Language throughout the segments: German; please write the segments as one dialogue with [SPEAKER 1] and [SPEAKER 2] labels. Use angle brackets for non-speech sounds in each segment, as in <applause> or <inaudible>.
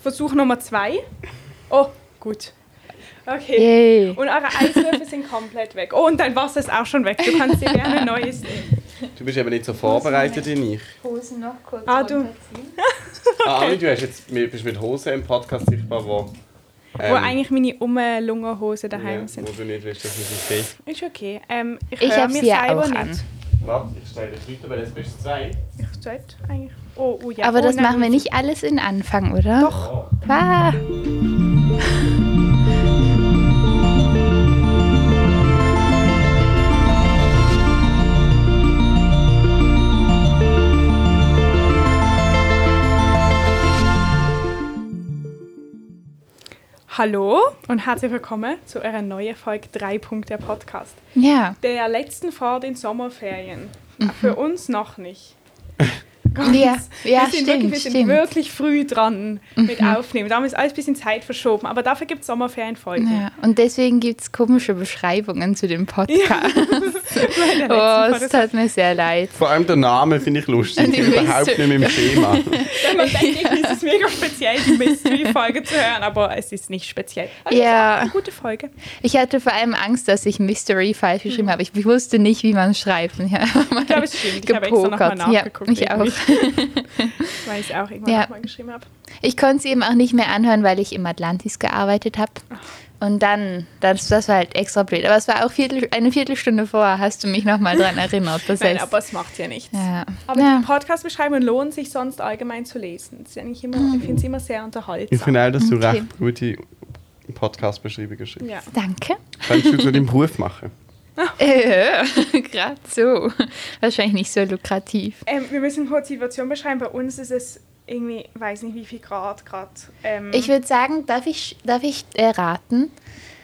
[SPEAKER 1] Versuch Nummer zwei. Oh, gut. Okay.
[SPEAKER 2] Yay.
[SPEAKER 1] Und eure Eiswürfel sind komplett weg. Oh, und dein Wasser ist auch schon weg. Du kannst dir gerne ein neues nehmen.
[SPEAKER 3] Du bist eben nicht so vorbereitet
[SPEAKER 1] <laughs>
[SPEAKER 3] wie ich.
[SPEAKER 4] Hosen noch kurz
[SPEAKER 1] Ah, du.
[SPEAKER 4] runterziehen.
[SPEAKER 3] Ah, Ami, du hast jetzt, mir- bist mit Hose im Podcast sichtbar, wo...
[SPEAKER 1] Wo
[SPEAKER 3] ähm,
[SPEAKER 1] eigentlich meine Umlungenhosen daheim
[SPEAKER 3] ja,
[SPEAKER 1] sind.
[SPEAKER 3] Wo du nicht willst, dass ich es sehe.
[SPEAKER 1] Ist okay. Ähm, ich
[SPEAKER 2] Ich
[SPEAKER 1] höre
[SPEAKER 2] habe
[SPEAKER 1] mir
[SPEAKER 2] sie ja
[SPEAKER 1] selber
[SPEAKER 2] auch
[SPEAKER 1] nicht.
[SPEAKER 2] an.
[SPEAKER 3] Warte, ich stelle dich weiter, weil jetzt bist du zwei.
[SPEAKER 1] Ich sollte eigentlich. Oh, oh ja.
[SPEAKER 2] Aber
[SPEAKER 1] oh,
[SPEAKER 2] das
[SPEAKER 1] nein.
[SPEAKER 2] machen wir nicht alles in Anfang, oder? Doch.
[SPEAKER 3] Oh.
[SPEAKER 2] Ah.
[SPEAKER 1] Hallo und herzlich willkommen zu eurer neuen Folge 3. der Podcast.
[SPEAKER 2] Ja.
[SPEAKER 1] Der letzten vor den Sommerferien. Für uns noch
[SPEAKER 2] <laughs>
[SPEAKER 1] nicht.
[SPEAKER 2] Mhm. Ja, ja
[SPEAKER 1] wir sind,
[SPEAKER 2] stimmt,
[SPEAKER 1] wirklich, wir sind
[SPEAKER 2] stimmt. Mhm.
[SPEAKER 1] wirklich früh dran mit Aufnehmen. Darum ist alles ein bisschen Zeit verschoben, aber dafür gibt es Sommerferienfolgen. <laughs>
[SPEAKER 2] Ja, und deswegen gibt es komische Beschreibungen zu dem Podcast.
[SPEAKER 1] In der letzten
[SPEAKER 2] oh,
[SPEAKER 1] Folge.
[SPEAKER 2] es tut mir sehr leid.
[SPEAKER 3] Vor allem der Name finde ich
[SPEAKER 1] <laughs>
[SPEAKER 3] lustig.
[SPEAKER 2] Die
[SPEAKER 3] Ich bin überhaupt
[SPEAKER 2] Mystery-
[SPEAKER 3] nicht mit dem Schema.
[SPEAKER 1] Wenn man denkt, irgendwie ist es mega
[SPEAKER 2] <laughs>
[SPEAKER 1] speziell, die Mystery-Folge zu hören, aber es ist nicht speziell. Also es
[SPEAKER 2] Ja.
[SPEAKER 1] ist eine gute Folge.
[SPEAKER 2] Ich hatte vor allem Angst, dass ich Mystery falsch geschrieben habe. Ich wusste nicht, wie man es schreibt. Und Ich habe
[SPEAKER 1] Mhm. Ich glaube, es stimmt. Ich habe extra nochmal
[SPEAKER 2] Ja,
[SPEAKER 1] nachgeguckt.
[SPEAKER 2] ich auch.
[SPEAKER 1] irgendwie. <laughs> Weil ich es auch irgendwann
[SPEAKER 2] Ja.
[SPEAKER 1] nochmal geschrieben habe.
[SPEAKER 2] Ich konnte es eben auch nicht mehr anhören, weil ich im Atlantis gearbeitet habe. Und dann, das, das war halt extra blöd. Aber es war auch viertel, eine Viertelstunde vorher, hast du mich nochmal dran erinnert.
[SPEAKER 1] <laughs>
[SPEAKER 2] Das
[SPEAKER 1] Nein,
[SPEAKER 2] heißt,
[SPEAKER 1] aber es macht ja nichts.
[SPEAKER 2] ja.
[SPEAKER 1] Aber
[SPEAKER 2] ja.
[SPEAKER 1] die Podcast-Beschreibungen lohnen sich sonst allgemein zu lesen. Das ist eigentlich immer,
[SPEAKER 2] Mhm.
[SPEAKER 1] ich finde es immer sehr
[SPEAKER 3] Ich
[SPEAKER 1] unterhaltsam.
[SPEAKER 3] finde auch, dass du
[SPEAKER 2] Okay.
[SPEAKER 3] recht gute Podcast-Beschreibungen schreibst.
[SPEAKER 1] Ja.
[SPEAKER 2] Danke.
[SPEAKER 3] Kannst du zu deinem Beruf
[SPEAKER 1] <laughs>
[SPEAKER 3] machen?
[SPEAKER 2] Äh, Gerade so. Wahrscheinlich nicht so lukrativ.
[SPEAKER 1] Ähm, wir müssen kurz die Situation beschreiben. Bei uns ist es irgendwie, weiß nicht wie viel Grad gerade. Ähm,
[SPEAKER 2] Ich würde sagen, darf ich, darf ich äh, raten?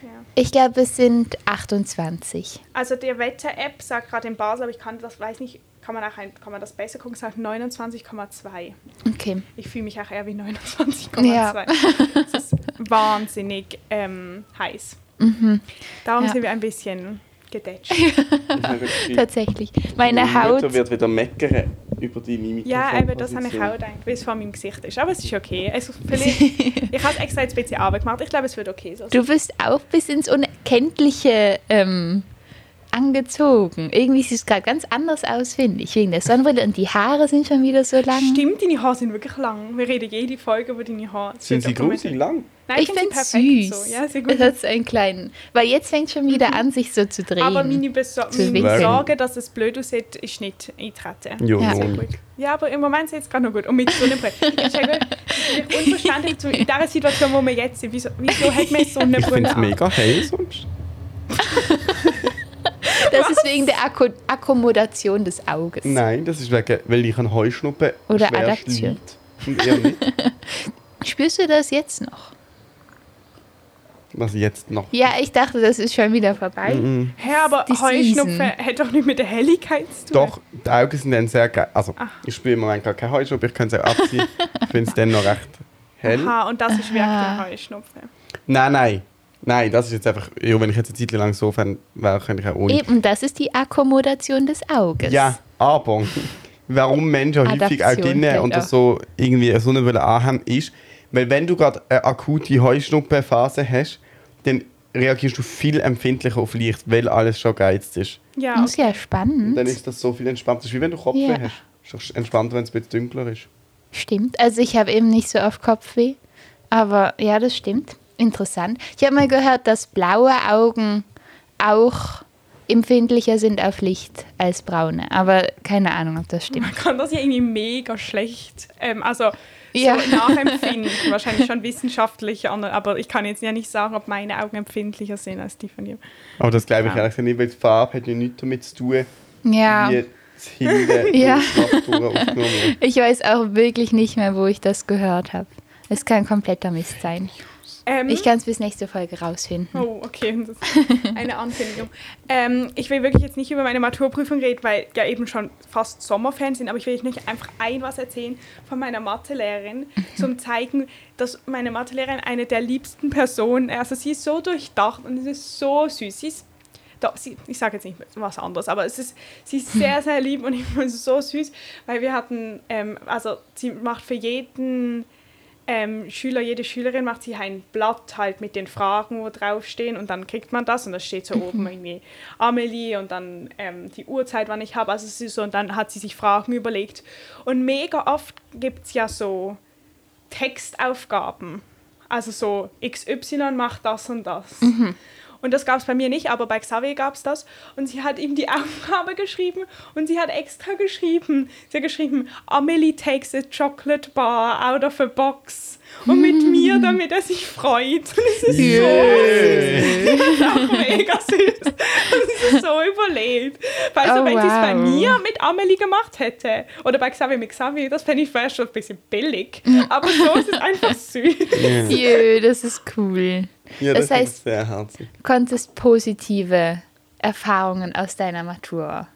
[SPEAKER 1] ja.
[SPEAKER 2] Ich glaube, es sind 28.
[SPEAKER 1] Also der Wetter-App sagt gerade in Basel, aber ich kann das, weiß nicht, kann man, auch ein, kann man das besser gucken, sagt 29,2.
[SPEAKER 2] Okay.
[SPEAKER 1] Ich fühle mich auch eher wie 29,2.
[SPEAKER 2] Ja.
[SPEAKER 1] <laughs> Es ist wahnsinnig ähm, heiß. Darum
[SPEAKER 2] Mhm. Ja.
[SPEAKER 1] sind wir ein bisschen gedetscht.
[SPEAKER 2] <laughs> Tatsächlich. Meine Haut.
[SPEAKER 3] wird wieder meckern über deine Mikrofon.
[SPEAKER 1] Ja, eben, das habe ich auch gedacht, weil es vor meinem Gesicht ist. Aber es ist okay. Also,
[SPEAKER 2] <laughs>
[SPEAKER 1] vielleicht, ich habe es extra jetzt ein bisschen Arbeit gemacht. Ich glaube, es wird okay so sein. Also,
[SPEAKER 2] Du bist auch bis ins Unerkenntliche ähm, angezogen. Irgendwie sieht es gerade ganz anders aus, finde ich, wegen der Sonnenbrille. Und die Haare sind schon wieder so lang.
[SPEAKER 1] Stimmt, deine Haare sind wirklich lang. Wir reden jede Folge über deine Haare.
[SPEAKER 3] Sind sie gruselig
[SPEAKER 1] gruselig?
[SPEAKER 3] lang?
[SPEAKER 1] Nein,
[SPEAKER 2] ich finde es
[SPEAKER 1] perfekt
[SPEAKER 2] süß.
[SPEAKER 1] So. Ja, sehr
[SPEAKER 2] Es
[SPEAKER 1] gut. Mhm.
[SPEAKER 2] hat so einen kleinen. Weil jetzt fängt schon wieder an, sich so zu drehen.
[SPEAKER 1] Aber meine, Beso
[SPEAKER 2] Zu
[SPEAKER 1] meine
[SPEAKER 2] winkeln.
[SPEAKER 1] Sorge, dass es blöd aussieht, ist nicht eintreten.
[SPEAKER 3] Jo,
[SPEAKER 2] Ja.
[SPEAKER 3] ja.
[SPEAKER 2] Sehr
[SPEAKER 1] Ja, aber im Moment sieht es gerade noch gut. Und mit so einem Brett. Ich habe wirklich unverständlich zu- in dieser Situation, wo wir jetzt sind. Wieso, wieso hat man so eine
[SPEAKER 3] Ich finde es
[SPEAKER 1] Brille? an?
[SPEAKER 3] mega hell sonst.
[SPEAKER 2] das ist wegen der Akko Akkommodation des Auges.
[SPEAKER 3] Nein, das ist wegen, weil ich an Heuschnuppen
[SPEAKER 2] Oder
[SPEAKER 3] schwer
[SPEAKER 2] Adaption.
[SPEAKER 3] schlitt. Und ihr nicht.
[SPEAKER 2] Spürst du das jetzt noch?
[SPEAKER 3] Was
[SPEAKER 2] <laughs>
[SPEAKER 3] jetzt noch?
[SPEAKER 2] Ja, ich dachte, das ist schon wieder vorbei.
[SPEAKER 3] Mhm.
[SPEAKER 1] Hä, aber
[SPEAKER 2] Die
[SPEAKER 1] Heuschnupfen
[SPEAKER 2] Season.
[SPEAKER 1] hat doch nicht mit der Helligkeit zu tun.
[SPEAKER 3] Doch, die Augen sind dann sehr geil. Also,
[SPEAKER 2] Ah.
[SPEAKER 3] ich spüre im Moment gar keine Heuschnuppe, ich könnte es auch abziehen. ich finde es dann noch recht hell.
[SPEAKER 1] Aha, und das ist wirklich
[SPEAKER 2] Ah.
[SPEAKER 1] der Heuschnupfen.
[SPEAKER 3] Nein, nein. Nein, das ist jetzt einfach, ja, wenn ich jetzt eine Zeit lang so fan wäre, könnte ich auch ohne.
[SPEAKER 2] Eben, das ist die Akkommodation des Auges.
[SPEAKER 3] Ja, aber warum Menschen häufig auch
[SPEAKER 2] Adaption
[SPEAKER 3] drinnen
[SPEAKER 2] vielleicht
[SPEAKER 3] und das
[SPEAKER 2] auch.
[SPEAKER 3] so irgendwie so eine Welle anhaben, ist, weil wenn du gerade eine akute Heuschnuppenphase hast, dann reagierst du viel empfindlicher auf Licht, weil alles schon geizt ist.
[SPEAKER 1] Ja,
[SPEAKER 2] Das ist
[SPEAKER 1] okay.
[SPEAKER 2] ja
[SPEAKER 3] Und dann
[SPEAKER 2] spannend.
[SPEAKER 3] ist das so viel entspannter. Das ist wie wenn du Kopfweh
[SPEAKER 2] Ja.
[SPEAKER 3] hast. Ist doch entspannter, wenn es ein bisschen dunkler ist.
[SPEAKER 2] Stimmt. Also ich habe eben nicht so oft Kopfweh. Aber ja, das stimmt. Interessant. Ich habe mal gehört, dass blaue Augen auch empfindlicher sind auf Licht als braune. Aber keine Ahnung, ob das stimmt.
[SPEAKER 1] man <laughs> kann das ja irgendwie mega schlecht, ähm, also
[SPEAKER 2] Ja.
[SPEAKER 1] so nachempfinden, wahrscheinlich schon wissenschaftlich, an- aber ich kann jetzt ja nicht sagen, ob meine Augen empfindlicher sind als die von ihm.
[SPEAKER 3] Aber das Genau. glaube ich
[SPEAKER 1] Ja.
[SPEAKER 3] ehrlich gesagt nicht, weil die Farbe hat ja nichts damit zu tun,
[SPEAKER 2] Ja.
[SPEAKER 3] wie es
[SPEAKER 2] <laughs>
[SPEAKER 3] hinten
[SPEAKER 2] Ja.
[SPEAKER 3] ja. aufgenommen wird.
[SPEAKER 2] Ich weiß auch wirklich nicht mehr, wo ich das gehört habe. Es kann kompletter Mist sein.
[SPEAKER 1] Ähm,
[SPEAKER 2] Ich kann es bis nächste Folge rausfinden.
[SPEAKER 1] Oh, okay, das ist eine Ankündigung. ähm, ich will wirklich jetzt nicht über meine Maturprüfung reden, weil ja eben schon fast Sommerfans sind, aber ich will euch nicht einfach ein was erzählen von meiner Mathelehrerin, zum zeigen, dass meine Mathelehrerin eine der liebsten Personen, also sie ist so durchdacht und es ist so süß. Sie ist da, sie, ich sage jetzt nicht was anderes, aber es ist, sie ist sehr, sehr lieb und ich finde es so süß, weil wir hatten, ähm, also sie macht für jeden ähm, Schüler, jede Schülerin macht sich ein Blatt halt mit den Fragen, wo draufstehen und dann kriegt man das und das steht so oben irgendwie Amelie und dann ähm, die Uhrzeit, wann ich habe, also es ist so und dann hat sie sich Fragen überlegt und mega oft gibt es ja so Textaufgaben, also so XY macht das und das. Und das gab es bei mir nicht, aber bei Xavier gab es das. Und sie hat ihm die <laughs> Aufgabe geschrieben und sie hat extra geschrieben. Sie hat geschrieben, Amelie takes a chocolate bar out of a box. Und
[SPEAKER 2] <laughs>
[SPEAKER 1] mit mir, damit er sich freut. Und es ist
[SPEAKER 2] <laughs>
[SPEAKER 3] Yeah.
[SPEAKER 1] auch mega süß. Und es ist so überlegt. Weil so,
[SPEAKER 2] Oh,
[SPEAKER 1] wenn sie es bei
[SPEAKER 2] wow.
[SPEAKER 1] mir mit Amelie gemacht hätte oder bei Xavier mit Xavier, das fände ich vielleicht schon ein bisschen billig. Aber so ist es
[SPEAKER 2] <laughs>
[SPEAKER 1] einfach süß.
[SPEAKER 2] Jö, das ist cool.
[SPEAKER 3] Ja, das,
[SPEAKER 2] das heißt,
[SPEAKER 3] ist sehr herzig.
[SPEAKER 2] du konntest positive Erfahrungen aus deiner Matur.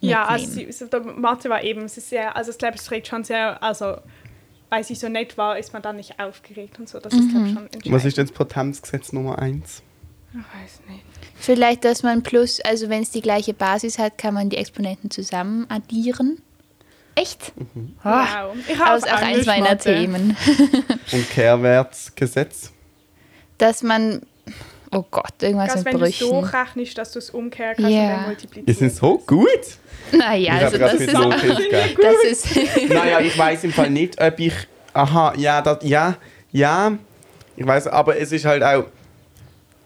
[SPEAKER 1] Ja, also
[SPEAKER 2] mitnehmen.
[SPEAKER 1] sie, so der Mathe war eben, es ist sehr, also ich glaube, es trägt schon sehr, also weil sie so nett war, ist man dann nicht aufgeregt und so. Das ist,
[SPEAKER 2] Mhm.
[SPEAKER 1] glaube ich, schon entscheidend.
[SPEAKER 3] Was ist denn das Potenzgesetz Nummer 1?
[SPEAKER 1] Ich weiß nicht.
[SPEAKER 2] Vielleicht, dass man plus, also wenn es die gleiche Basis hat, kann man die Exponenten zusammen addieren. Echt? Ah,
[SPEAKER 1] Mhm. Wow. Ich habe
[SPEAKER 2] Aus auch eins
[SPEAKER 1] Englisch
[SPEAKER 2] meiner
[SPEAKER 1] Mathe.
[SPEAKER 2] Themen.
[SPEAKER 3] Und Kehrwertsgesetz?
[SPEAKER 2] Dass man, oh Gott, irgendwas
[SPEAKER 1] Dass
[SPEAKER 2] mit
[SPEAKER 1] wenn du es
[SPEAKER 2] Brüchen. <laughs>
[SPEAKER 1] durchrechnest, dass du es umkehren kannst
[SPEAKER 2] Ja.
[SPEAKER 1] und dann
[SPEAKER 3] Die
[SPEAKER 1] multiplizierst.
[SPEAKER 3] sind so gut.
[SPEAKER 2] Naja, also das ist, <laughs>
[SPEAKER 3] so viel gegeben.
[SPEAKER 2] das ist, <laughs>
[SPEAKER 3] Naja, ich weiß im Fall nicht, ob ich. Aha, ja, das, ja, ja. Ich weiß, aber es ist halt auch,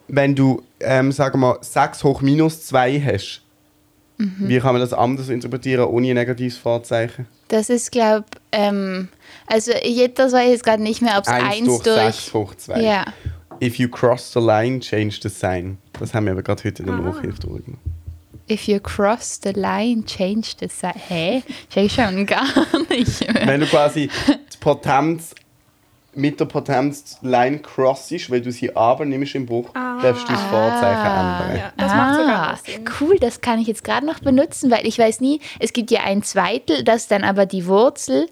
[SPEAKER 3] wenn du, ähm, sagen wir mal, 6 hoch minus 2 hast.
[SPEAKER 2] Mhm.
[SPEAKER 3] Wie kann man das anders interpretieren ohne ein negatives Vorzeichen?
[SPEAKER 2] das ist, glaube ähm, also jetzt, das weiß ich jetzt gerade nicht mehr, ob es
[SPEAKER 3] Eins
[SPEAKER 2] eins durch,
[SPEAKER 3] 6 hoch 2.
[SPEAKER 2] ja,
[SPEAKER 3] If you cross the line, change the sign. Das haben wir aber gerade heute in der
[SPEAKER 1] Ah.
[SPEAKER 3] Nachhilfe durchgenommen.
[SPEAKER 2] if you cross the line, change the side. Hä? Check ich schon gar <laughs> nicht mehr.
[SPEAKER 3] Wenn du quasi die Potenz mit der Potenz die Line crossest, weil du sie aber nimmst im Bruch,
[SPEAKER 2] Ah.
[SPEAKER 3] darfst du das Vorzeichen ändern.
[SPEAKER 1] Ja, das macht sogar noch Sinn.
[SPEAKER 2] Cool, das kann ich jetzt gerade noch benutzen, weil ich weiß nie, es gibt ja ein Zweitel, das ist dann aber die Wurzel.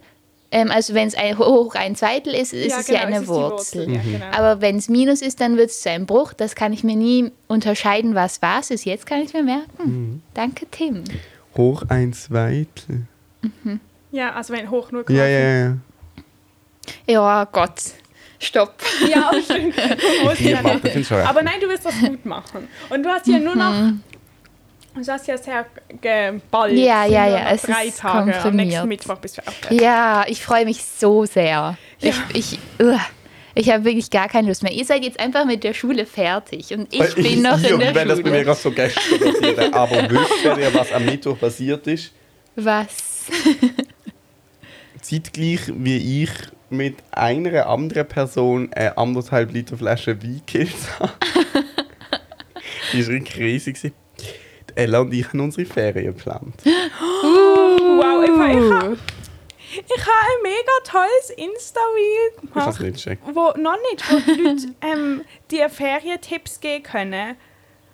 [SPEAKER 2] Ähm, also wenn es ein, hoch ein Zweitel ist, ist es ja
[SPEAKER 1] genau,
[SPEAKER 2] eine
[SPEAKER 1] ist die
[SPEAKER 2] Wurzel.
[SPEAKER 3] Mhm.
[SPEAKER 1] Ja, genau.
[SPEAKER 2] Aber wenn es Minus ist, dann wird es zu einem Bruch. Das kann ich mir nie unterscheiden, was was ist. Jetzt kann ich mir merken.
[SPEAKER 3] Mhm.
[SPEAKER 2] Danke, Tim.
[SPEAKER 3] Hoch ein Zweitel.
[SPEAKER 1] ja, also wenn hoch nur
[SPEAKER 3] Ja, ja, ja.
[SPEAKER 2] Ja, Gott. Stopp.
[SPEAKER 1] Ja, auch
[SPEAKER 2] <laughs>
[SPEAKER 1] stimmt. Wo ist die
[SPEAKER 3] Ich mag
[SPEAKER 1] dann?
[SPEAKER 3] das nicht so recht.
[SPEAKER 1] Aber nein, du wirst das gut machen. Und du hast ja nur noch.
[SPEAKER 2] Mhm.
[SPEAKER 1] Du hast ja sehr geballt.
[SPEAKER 2] Ja,
[SPEAKER 1] Es sind
[SPEAKER 2] ja,
[SPEAKER 1] nur
[SPEAKER 2] ja,
[SPEAKER 1] noch
[SPEAKER 2] es
[SPEAKER 1] drei
[SPEAKER 2] ist
[SPEAKER 1] Tage. Am
[SPEAKER 2] komprimiert.
[SPEAKER 1] nächsten Mittwoch bist du auch fertig.
[SPEAKER 2] Ja, ich freue mich so sehr.
[SPEAKER 1] Ja.
[SPEAKER 2] Ich, ich, ugh, ich habe wirklich gar keine Lust mehr. Ihr seid jetzt einfach mit der Schule fertig und ich bin
[SPEAKER 3] <laughs>
[SPEAKER 2] noch in der
[SPEAKER 3] wenn das bei mir
[SPEAKER 2] Schule.
[SPEAKER 3] gerade so gestern passiert wäre. Aber wisst ihr, was am Mittwoch passiert ist?
[SPEAKER 2] Was?
[SPEAKER 3] Zeitgleich wie ich mit einer anderen Person eine anderthalb Liter Flasche Wein gekillt
[SPEAKER 2] <laughs>
[SPEAKER 3] habe. Die war richtig riesig. gewesen. Die Ella und ich haben unsere Ferien geplant.
[SPEAKER 1] Wow, ich habe ich ha ein mega tolles Insta-Reel
[SPEAKER 3] Ich habe es
[SPEAKER 1] gemacht,
[SPEAKER 3] nicht gecheckt.
[SPEAKER 1] wo noch nicht, wo die Leute ähm, dir Ferientipps geben können.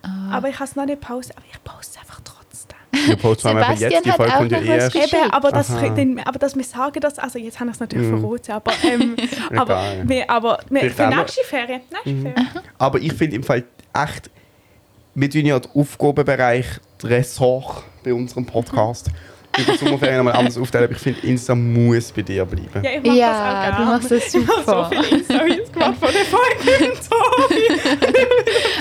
[SPEAKER 2] Ah.
[SPEAKER 1] Aber ich habe es noch nicht postet, aber ich poste es einfach trotzdem.
[SPEAKER 3] Wir posten einfach
[SPEAKER 2] Sebastian
[SPEAKER 3] jetzt, die
[SPEAKER 2] hat
[SPEAKER 3] Folge
[SPEAKER 2] auch
[SPEAKER 3] kommt ja
[SPEAKER 2] noch was
[SPEAKER 3] erst.
[SPEAKER 2] geschickt.
[SPEAKER 1] Eben, aber das,
[SPEAKER 3] Aha.
[SPEAKER 1] den, aber das, wir sagen das, also jetzt haben wir es natürlich
[SPEAKER 3] Mhm.
[SPEAKER 1] verroten, aber, ähm, aber,
[SPEAKER 3] <laughs> Egal.
[SPEAKER 1] wir, aber wir,
[SPEAKER 3] Vielleicht
[SPEAKER 1] für
[SPEAKER 3] auch noch- Mhm.
[SPEAKER 1] nächste Ferien, nächste Ferien.
[SPEAKER 3] Aber ich finde im Fall echt, wir tun ja den Aufgabenbereich, das Ressort bei unserem
[SPEAKER 1] <laughs>
[SPEAKER 3] Podcast über die Sommerferien nochmal anders aufteilen. Aber ich finde, Insta muss bei dir bleiben.
[SPEAKER 1] Ja, ich mache
[SPEAKER 2] Ja,
[SPEAKER 1] das auch
[SPEAKER 2] du
[SPEAKER 1] gerne.
[SPEAKER 2] machst
[SPEAKER 1] <laughs>
[SPEAKER 2] das
[SPEAKER 1] Ich habe
[SPEAKER 2] super.
[SPEAKER 1] so viele Insta-Reels gemacht von der Folge <laughs> mit Tobi.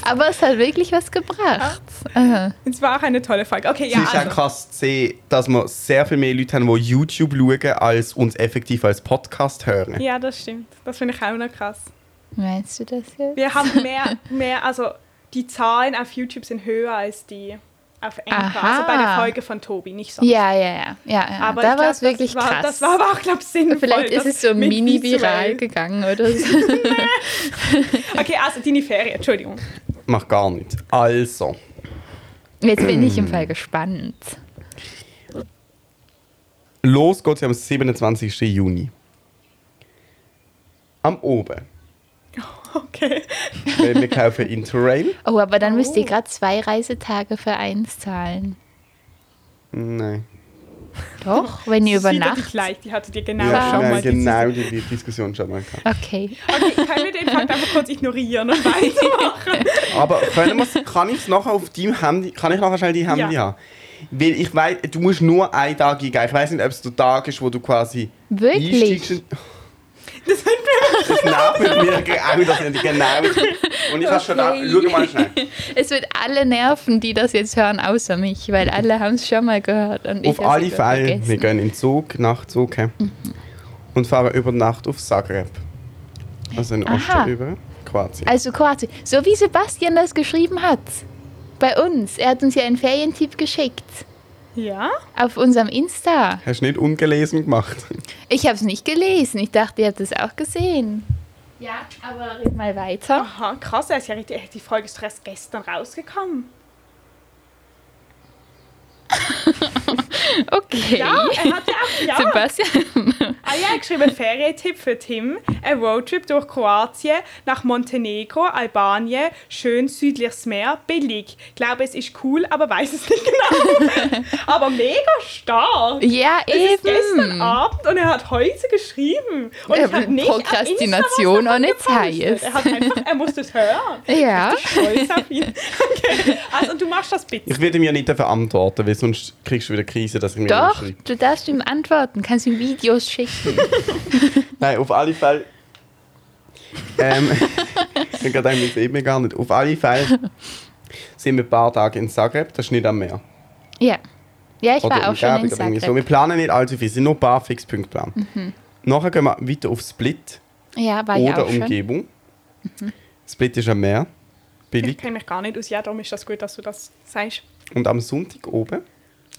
[SPEAKER 2] Aber es hat wirklich was gebracht. Aha.
[SPEAKER 1] Es war auch eine tolle Folge. Okay, ja,
[SPEAKER 3] Es ist auch
[SPEAKER 1] also.
[SPEAKER 3] krass zu sehen, dass wir sehr viel mehr Leute haben, die YouTube schauen, als uns effektiv als Podcast hören.
[SPEAKER 1] Ja, das stimmt. Das finde ich auch noch krass.
[SPEAKER 2] Meinst du das jetzt?
[SPEAKER 1] Wir haben mehr, mehr, also die Zahlen auf YouTube sind höher als die auf Anchor.
[SPEAKER 2] Aha.
[SPEAKER 1] Also bei der Folge von Tobi, nicht so.
[SPEAKER 2] Ja, ja, ja. ja, ja.
[SPEAKER 1] Aber
[SPEAKER 2] da
[SPEAKER 1] ich
[SPEAKER 2] war
[SPEAKER 1] glaub,
[SPEAKER 2] es wirklich
[SPEAKER 1] das war,
[SPEAKER 2] krass.
[SPEAKER 1] Das war aber auch, glaube ich, sinnvoll.
[SPEAKER 2] Vielleicht ist
[SPEAKER 1] das
[SPEAKER 2] es so
[SPEAKER 1] mit
[SPEAKER 2] mini-viral
[SPEAKER 1] visuell.
[SPEAKER 2] gegangen oder so.
[SPEAKER 1] Okay, also deine Ferien, Entschuldigung. <laughs>
[SPEAKER 3] Macht gar nicht. Also,
[SPEAKER 2] Jetzt bin
[SPEAKER 3] Mm.
[SPEAKER 2] ich im Fall gespannt.
[SPEAKER 3] los geht's am 27. Juni. Am
[SPEAKER 1] <laughs>
[SPEAKER 3] Oben.
[SPEAKER 1] Okay.
[SPEAKER 3] Weil wir kaufen Interrail.
[SPEAKER 2] Oh, aber dann müsst ihr
[SPEAKER 1] Oh.
[SPEAKER 2] gerade zwei Reisetage für eins zahlen.
[SPEAKER 3] Nein.
[SPEAKER 1] <laughs>
[SPEAKER 2] Doch, wenn ihr über
[SPEAKER 1] Sie, die
[SPEAKER 2] Nacht.
[SPEAKER 1] gleich, die hatte dir genau
[SPEAKER 3] ja,
[SPEAKER 1] schon
[SPEAKER 3] nein,
[SPEAKER 1] mal
[SPEAKER 3] genau die, die Diskussion schon mal gehabt.
[SPEAKER 2] Okay.
[SPEAKER 1] Okay, können wir den Fakt einfach kurz ignorieren
[SPEAKER 2] <laughs>
[SPEAKER 1] und weitermachen?
[SPEAKER 3] Aber können wir's,
[SPEAKER 1] <laughs>
[SPEAKER 3] kann ich es nachher auf deinem Handy, kann ich nachher schnell dein Handy
[SPEAKER 1] Ja.
[SPEAKER 3] haben? Weil ich weiß, du musst nur einen Tag eingeben. Ich weiß nicht, ob es der Tag ist, wo du quasi
[SPEAKER 2] Wirklich?
[SPEAKER 3] einsteigst und-
[SPEAKER 1] Das sind wir
[SPEAKER 3] Das nervt mir auch, dass
[SPEAKER 1] <laughs>
[SPEAKER 3] ich genau. Und ich habe schon da, schau mal schnell.
[SPEAKER 2] Es wird alle nerven, die das jetzt hören, außer mich, weil alle haben es schon mal gehört. Und
[SPEAKER 3] Auf
[SPEAKER 2] ich hab's
[SPEAKER 3] alle
[SPEAKER 2] wieder
[SPEAKER 3] Fälle, wir
[SPEAKER 2] vergessen.
[SPEAKER 3] gehen in Zug nach Zug heim
[SPEAKER 2] Mhm.
[SPEAKER 3] und fahren über Nacht auf Zagreb. Also in
[SPEAKER 2] Aha.
[SPEAKER 3] Osten über Kroatien.
[SPEAKER 2] Also Kroatien, so wie Sebastian das geschrieben hat. Bei uns. Er hat uns ja einen Ferientipp geschickt.
[SPEAKER 1] Ja?
[SPEAKER 2] Auf unserem Insta.
[SPEAKER 3] Hast du nicht ungelesen gemacht?
[SPEAKER 2] Ich habe es nicht gelesen. Ich dachte, ihr habt es auch gesehen. Ja, aber red mal weiter.
[SPEAKER 1] Aha, krass, da ist ja richtig, die Folge ist doch erst gestern rausgekommen.
[SPEAKER 2] Okay.
[SPEAKER 1] Ja, er hat ja auch, ja.
[SPEAKER 2] Sebastian.
[SPEAKER 1] Ah ja, geschrieben, Ferientipp für Tim. Ein Roadtrip durch Kroatien, nach Montenegro, Albanien, schön südliches Meer, billig. Glaube, es ist cool, aber weiß es nicht genau.
[SPEAKER 2] <laughs>
[SPEAKER 1] aber mega stark.
[SPEAKER 2] Ja,
[SPEAKER 1] Es ist gestern
[SPEAKER 2] eben.
[SPEAKER 1] Abend und er hat heute geschrieben. Und
[SPEAKER 2] Ja,
[SPEAKER 1] ich hab nicht
[SPEAKER 2] Prokrastination
[SPEAKER 1] auf Insta was davon
[SPEAKER 2] ohne Zeit.
[SPEAKER 1] gepostet. Er hat einfach, er muss das hören.
[SPEAKER 2] Ja.
[SPEAKER 1] Stolz
[SPEAKER 2] <laughs>
[SPEAKER 1] auf ihn. Okay. Also, und du machst das bitte.
[SPEAKER 3] Ich werde mir nicht dafür antworten, weil sonst kriegst du wieder Krise, dass ich mir
[SPEAKER 2] Doch,
[SPEAKER 3] schreibe.
[SPEAKER 2] du darfst ihm antworten, kannst ihm Videos schicken.
[SPEAKER 3] Nein, auf alle Fälle. ähm, <laughs> ich habe gerade gedacht, das sieht man gar nicht. Auf alle Fälle sind wir ein paar Tage in Zagreb, das ist nicht am Meer.
[SPEAKER 2] Ja. Ja, ich
[SPEAKER 3] Oder
[SPEAKER 2] war auch schon in
[SPEAKER 3] Umgebung oder irgendwie so. Wir
[SPEAKER 2] Zagreb.
[SPEAKER 3] planen nicht allzu viel, es sind nur ein paar Fixpunkte geplant. Nachher gehen wir weiter auf Split
[SPEAKER 2] Ja, war Ah, ich
[SPEAKER 3] oder
[SPEAKER 2] auch schon. Mhm.
[SPEAKER 3] Umgebung. Split ist am Meer,
[SPEAKER 1] Ich
[SPEAKER 3] billig.
[SPEAKER 1] kenne mich gar nicht aus. Ja, darum ist das gut, dass du das sagst.
[SPEAKER 3] Und am Sonntag oben,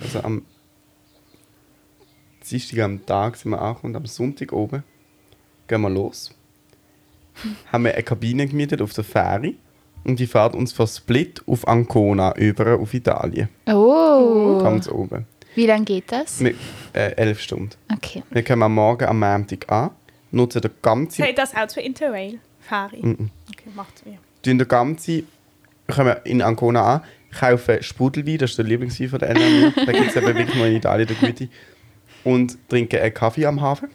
[SPEAKER 3] also am Dienstag am Tag sind wir auch und am Sonntag oben gehen wir los. Haben wir eine Kabine gemietet auf der Fähre und die fährt uns von Split auf Ancona über auf Italien,
[SPEAKER 2] Oh.
[SPEAKER 3] ganz oben.
[SPEAKER 2] Wie lange geht das?
[SPEAKER 3] Mit, äh, elf Stunden.
[SPEAKER 2] Okay.
[SPEAKER 3] Wir kommen am Morgen am Montag an, nutzen den ganzen,
[SPEAKER 1] Zählt das auch zu Interrail? Fahre ich. Okay, macht's mir.
[SPEAKER 3] tun den ganzen kommen in Ancona an, kaufen Sprudelwein, das ist der Lieblingswein von der Elena. da gibt es eben wirklich nur in Italien der Güte. Und trinken einen Kaffee am Hafen.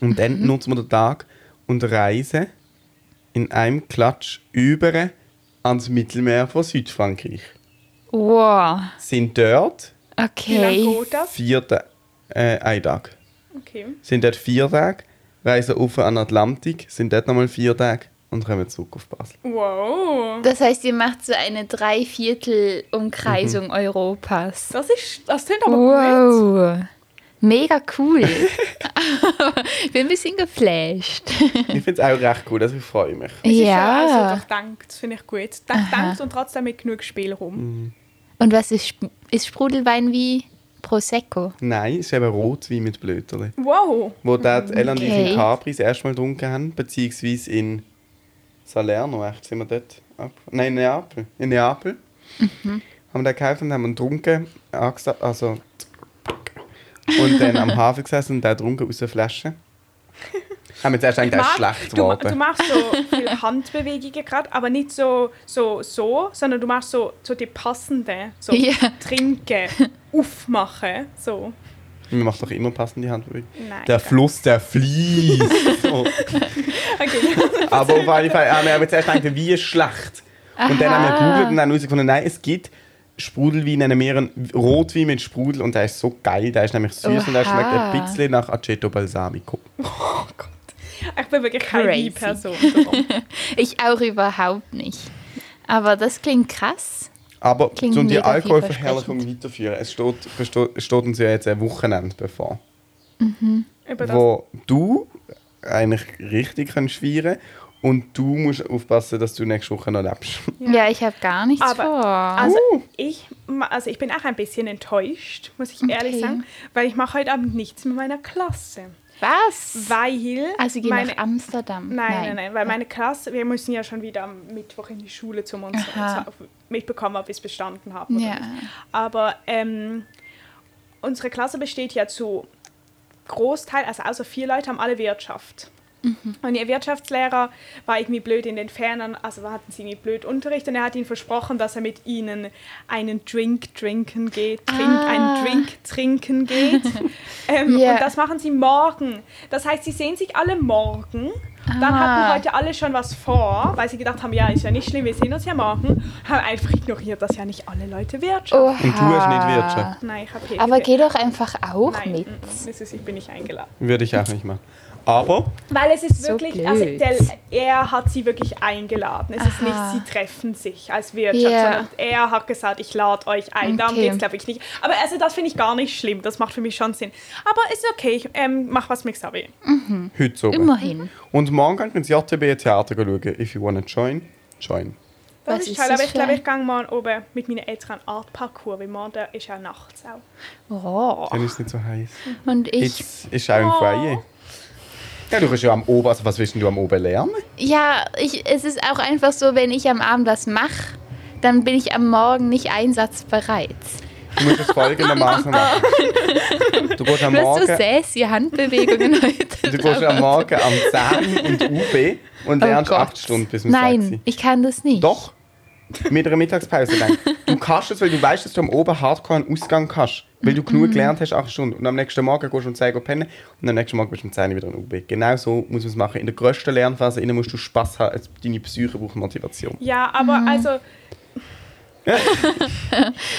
[SPEAKER 3] Und dann nutzen wir den Tag und reisen in einem Klatsch über ans Mittelmeer von Südfrankreich.
[SPEAKER 2] Wow.
[SPEAKER 3] Sind dort
[SPEAKER 1] Wie lange
[SPEAKER 2] Okay.
[SPEAKER 1] geht das?
[SPEAKER 3] vier Ta- äh, ein Tag.
[SPEAKER 1] Okay.
[SPEAKER 3] sind dort vier Tage, reisen auf an den Atlantik, sind dort nochmal vier Tage und kommen zurück auf Basel.
[SPEAKER 1] Wow.
[SPEAKER 2] Das heißt, ihr macht so eine
[SPEAKER 1] Mhm.
[SPEAKER 2] Dreiviertel-Umkreisung Europas.
[SPEAKER 1] Das ist, das klingt aber gut.
[SPEAKER 2] Wow. Mega cool.
[SPEAKER 1] <laughs>
[SPEAKER 2] ich bin ein bisschen geflasht.
[SPEAKER 3] Ich finde es auch recht cool, also ich freue mich.
[SPEAKER 1] Es Ist ja also
[SPEAKER 2] ja.
[SPEAKER 1] durchdenkt, das finde ich gut. Durchdenkt und trotzdem mit genug
[SPEAKER 3] Mhm.
[SPEAKER 1] Spielraum.
[SPEAKER 2] Und was ist, Sp- ist Sprudelwein wie Prosecco?
[SPEAKER 3] Nein, es ist eben Rotwein mit Blöterli.
[SPEAKER 1] Wow.
[SPEAKER 3] Wo dort Ellen und ich
[SPEAKER 2] Okay.
[SPEAKER 3] in Capri das erste Mal getrunken haben, beziehungsweise in Salerno, echt, sind wir dort? Ab? Nein, in Neapel. In Neapel
[SPEAKER 1] Mhm.
[SPEAKER 3] haben wir den gekauft und haben ihn getrunken, angesa- also und dann am Hafen gesessen und den getrunken aus der Flasche.
[SPEAKER 1] <laughs>
[SPEAKER 3] haben wir zuerst eigentlich
[SPEAKER 1] Marc,
[SPEAKER 3] schlecht
[SPEAKER 1] du, du
[SPEAKER 3] geworden.
[SPEAKER 1] machst so
[SPEAKER 2] <laughs>
[SPEAKER 1] viele Handbewegungen gerade, aber nicht so, so, so, sondern du machst so, so die passenden. So
[SPEAKER 2] Ja. <laughs>
[SPEAKER 1] trinken, aufmachen. So.
[SPEAKER 3] Man macht doch immer passende Handbewegung.
[SPEAKER 1] Nein.
[SPEAKER 3] Der Fluss,
[SPEAKER 1] <laughs>
[SPEAKER 3] der fließt. Oh. so.
[SPEAKER 1] Okay. <laughs>
[SPEAKER 3] Aber auf alle Fälle haben wir aber zuerst gedacht, wie ist schlecht. Und dann haben wir
[SPEAKER 2] Aha.
[SPEAKER 3] gegoogelt und dann herausgefunden, nein, es gibt Sprudelwein, nennen wir einen Rotwein mit Sprudel und der ist so geil, der ist nämlich süß und der
[SPEAKER 2] Oha.
[SPEAKER 3] schmeckt ein bisschen nach Aceto Balsamico.
[SPEAKER 1] Oh Gott. Ich bin wirklich keine
[SPEAKER 2] Crazy.
[SPEAKER 1] Person.
[SPEAKER 2] Ich auch überhaupt nicht. Aber das klingt krass.
[SPEAKER 3] Aber
[SPEAKER 2] Klingt
[SPEAKER 3] um die
[SPEAKER 2] mega
[SPEAKER 3] Alkoholverherrlichung weiterführen, es steht, besto- steht uns ja jetzt ein Wochenende bevor,
[SPEAKER 1] Über das
[SPEAKER 3] wo du eigentlich richtig kannst feiern und du musst aufpassen, dass du nächste Woche noch lebst.
[SPEAKER 2] Ja, ich habe gar nichts
[SPEAKER 1] Aber-
[SPEAKER 2] vor.
[SPEAKER 1] Also,
[SPEAKER 2] Uh.
[SPEAKER 1] ich, ma- also ich bin auch ein bisschen enttäuscht, muss ich ehrlich
[SPEAKER 2] Okay.
[SPEAKER 1] sagen, weil ich mache heute Abend nichts mit meiner Klasse.
[SPEAKER 2] was?
[SPEAKER 1] Weil
[SPEAKER 2] Also gehen
[SPEAKER 1] meine,
[SPEAKER 2] nach Amsterdam.
[SPEAKER 1] nein, nein, nein, weil meine Klasse, wir müssen ja schon wieder am Mittwoch in die Schule zum uns
[SPEAKER 2] Aha.
[SPEAKER 1] zu- mitbekommen, ob wir es bestanden haben
[SPEAKER 2] Ja.
[SPEAKER 1] oder nicht. Aber ähm, unsere Klasse besteht ja zu Großteil, also außer vier Leute haben alle Wirtschaft.
[SPEAKER 2] Mhm.
[SPEAKER 1] Und ihr Wirtschaftslehrer war irgendwie blöd in den Fernen, also hatten sie irgendwie blöd Unterricht und er hat ihnen versprochen, dass er mit ihnen einen Drink trinken geht, trink,
[SPEAKER 2] Ah.
[SPEAKER 1] einen Drink trinken
[SPEAKER 2] <laughs>
[SPEAKER 1] geht. ähm,
[SPEAKER 2] Ja.
[SPEAKER 1] Und das machen sie morgen. Das heißt, sie sehen sich alle morgen. Dann
[SPEAKER 2] Ah.
[SPEAKER 1] hatten heute alle schon was vor, weil sie gedacht haben, ja, ist ja nicht schlimm, wir sehen uns ja morgen. Haben einfach ignoriert, dass ja nicht alle Leute Wirtschaft.
[SPEAKER 2] Oha.
[SPEAKER 3] Und du hast nicht
[SPEAKER 1] Oh.
[SPEAKER 3] Wirtschaft.
[SPEAKER 1] Nein, ich habe
[SPEAKER 2] Aber geh doch einfach auch
[SPEAKER 1] Nein, Mhm.
[SPEAKER 2] mit.
[SPEAKER 1] mm, mm, das ist- ich bin nicht eingeladen.
[SPEAKER 3] Würde ich auch nicht machen. Aber
[SPEAKER 1] Weil es ist
[SPEAKER 2] So
[SPEAKER 1] wirklich,
[SPEAKER 2] blöd.
[SPEAKER 1] also der, er hat sie wirklich eingeladen. Es ist
[SPEAKER 2] Aha.
[SPEAKER 1] nicht, sie treffen sich als Wirtschaft,
[SPEAKER 2] Ja.
[SPEAKER 1] sondern er hat gesagt, ich lade euch ein. Darum
[SPEAKER 2] Okay.
[SPEAKER 1] geht es, glaube ich, nicht. Aber also das finde ich gar nicht schlimm. Das macht für mich schon Sinn. Aber ist okay, ich ähm, mach was mit Xavier.
[SPEAKER 3] heute so.
[SPEAKER 2] Immerhin.
[SPEAKER 3] Und morgen gehen wir ins JTB Theater schauen. If you wanna join, join.
[SPEAKER 1] Das
[SPEAKER 2] Was
[SPEAKER 1] ist
[SPEAKER 2] ist
[SPEAKER 1] toll.
[SPEAKER 2] das
[SPEAKER 1] Aber ich
[SPEAKER 2] für
[SPEAKER 1] glaube,
[SPEAKER 2] ein-
[SPEAKER 1] ich gehe morgen oben mit meinen Eltern an Art Parcours, weil morgen ist ja nachts auch.
[SPEAKER 2] Oh.
[SPEAKER 3] Dann ist es nicht so heiß.
[SPEAKER 2] Und ich,
[SPEAKER 3] Jetzt ist auch im
[SPEAKER 1] Oh.
[SPEAKER 3] Freie. Ja, du kannst ja am Oben, also was willst denn du am Oben lernen?
[SPEAKER 2] ja, ich, es ist auch einfach so, wenn ich am Abend was mache, dann bin ich am Morgen nicht einsatzbereit.
[SPEAKER 3] Du musst es
[SPEAKER 2] <laughs>
[SPEAKER 3] folgendermaßen machen. Du gehst am
[SPEAKER 2] Was du
[SPEAKER 3] Morgen,
[SPEAKER 2] säst, die
[SPEAKER 3] <laughs>
[SPEAKER 2] Handbewegungen heute.
[SPEAKER 3] du gehst am Morgen am 10 in die UB und
[SPEAKER 2] Oh
[SPEAKER 3] lernst
[SPEAKER 2] Gott.
[SPEAKER 3] 8 Stunden bis um
[SPEAKER 2] Nein,
[SPEAKER 3] 6.
[SPEAKER 2] ich kann das nicht.
[SPEAKER 3] Doch, mit einer Mittagspause dann. Du kannst es, weil du weißt, dass du am Oben hardcore einen Ausgang kannst. Weil du genug gelernt hast, 8 Stunden. Und am nächsten Morgen gehst du um 10 Uhr pennen und am nächsten Morgen bist du um 10 Uhr wieder in der UB. Genau so muss man es machen. In der grössten Lernphase innen musst du Spass haben. Es- Deine Psyche braucht Motivation.
[SPEAKER 1] Ja, aber also.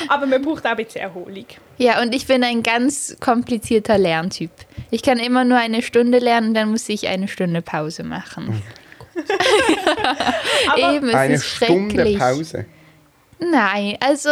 [SPEAKER 1] aber man braucht auch ein bisschen Erholung.
[SPEAKER 2] Ja, und ich bin ein ganz komplizierter Lerntyp. Ich kann immer nur eine Stunde lernen, dann muss ich eine Stunde Pause machen.
[SPEAKER 1] Aber
[SPEAKER 2] Eben, es
[SPEAKER 3] Mhm. Eine
[SPEAKER 2] ist
[SPEAKER 3] Stunde
[SPEAKER 2] schrecklich.
[SPEAKER 3] Pause.
[SPEAKER 2] Nein, also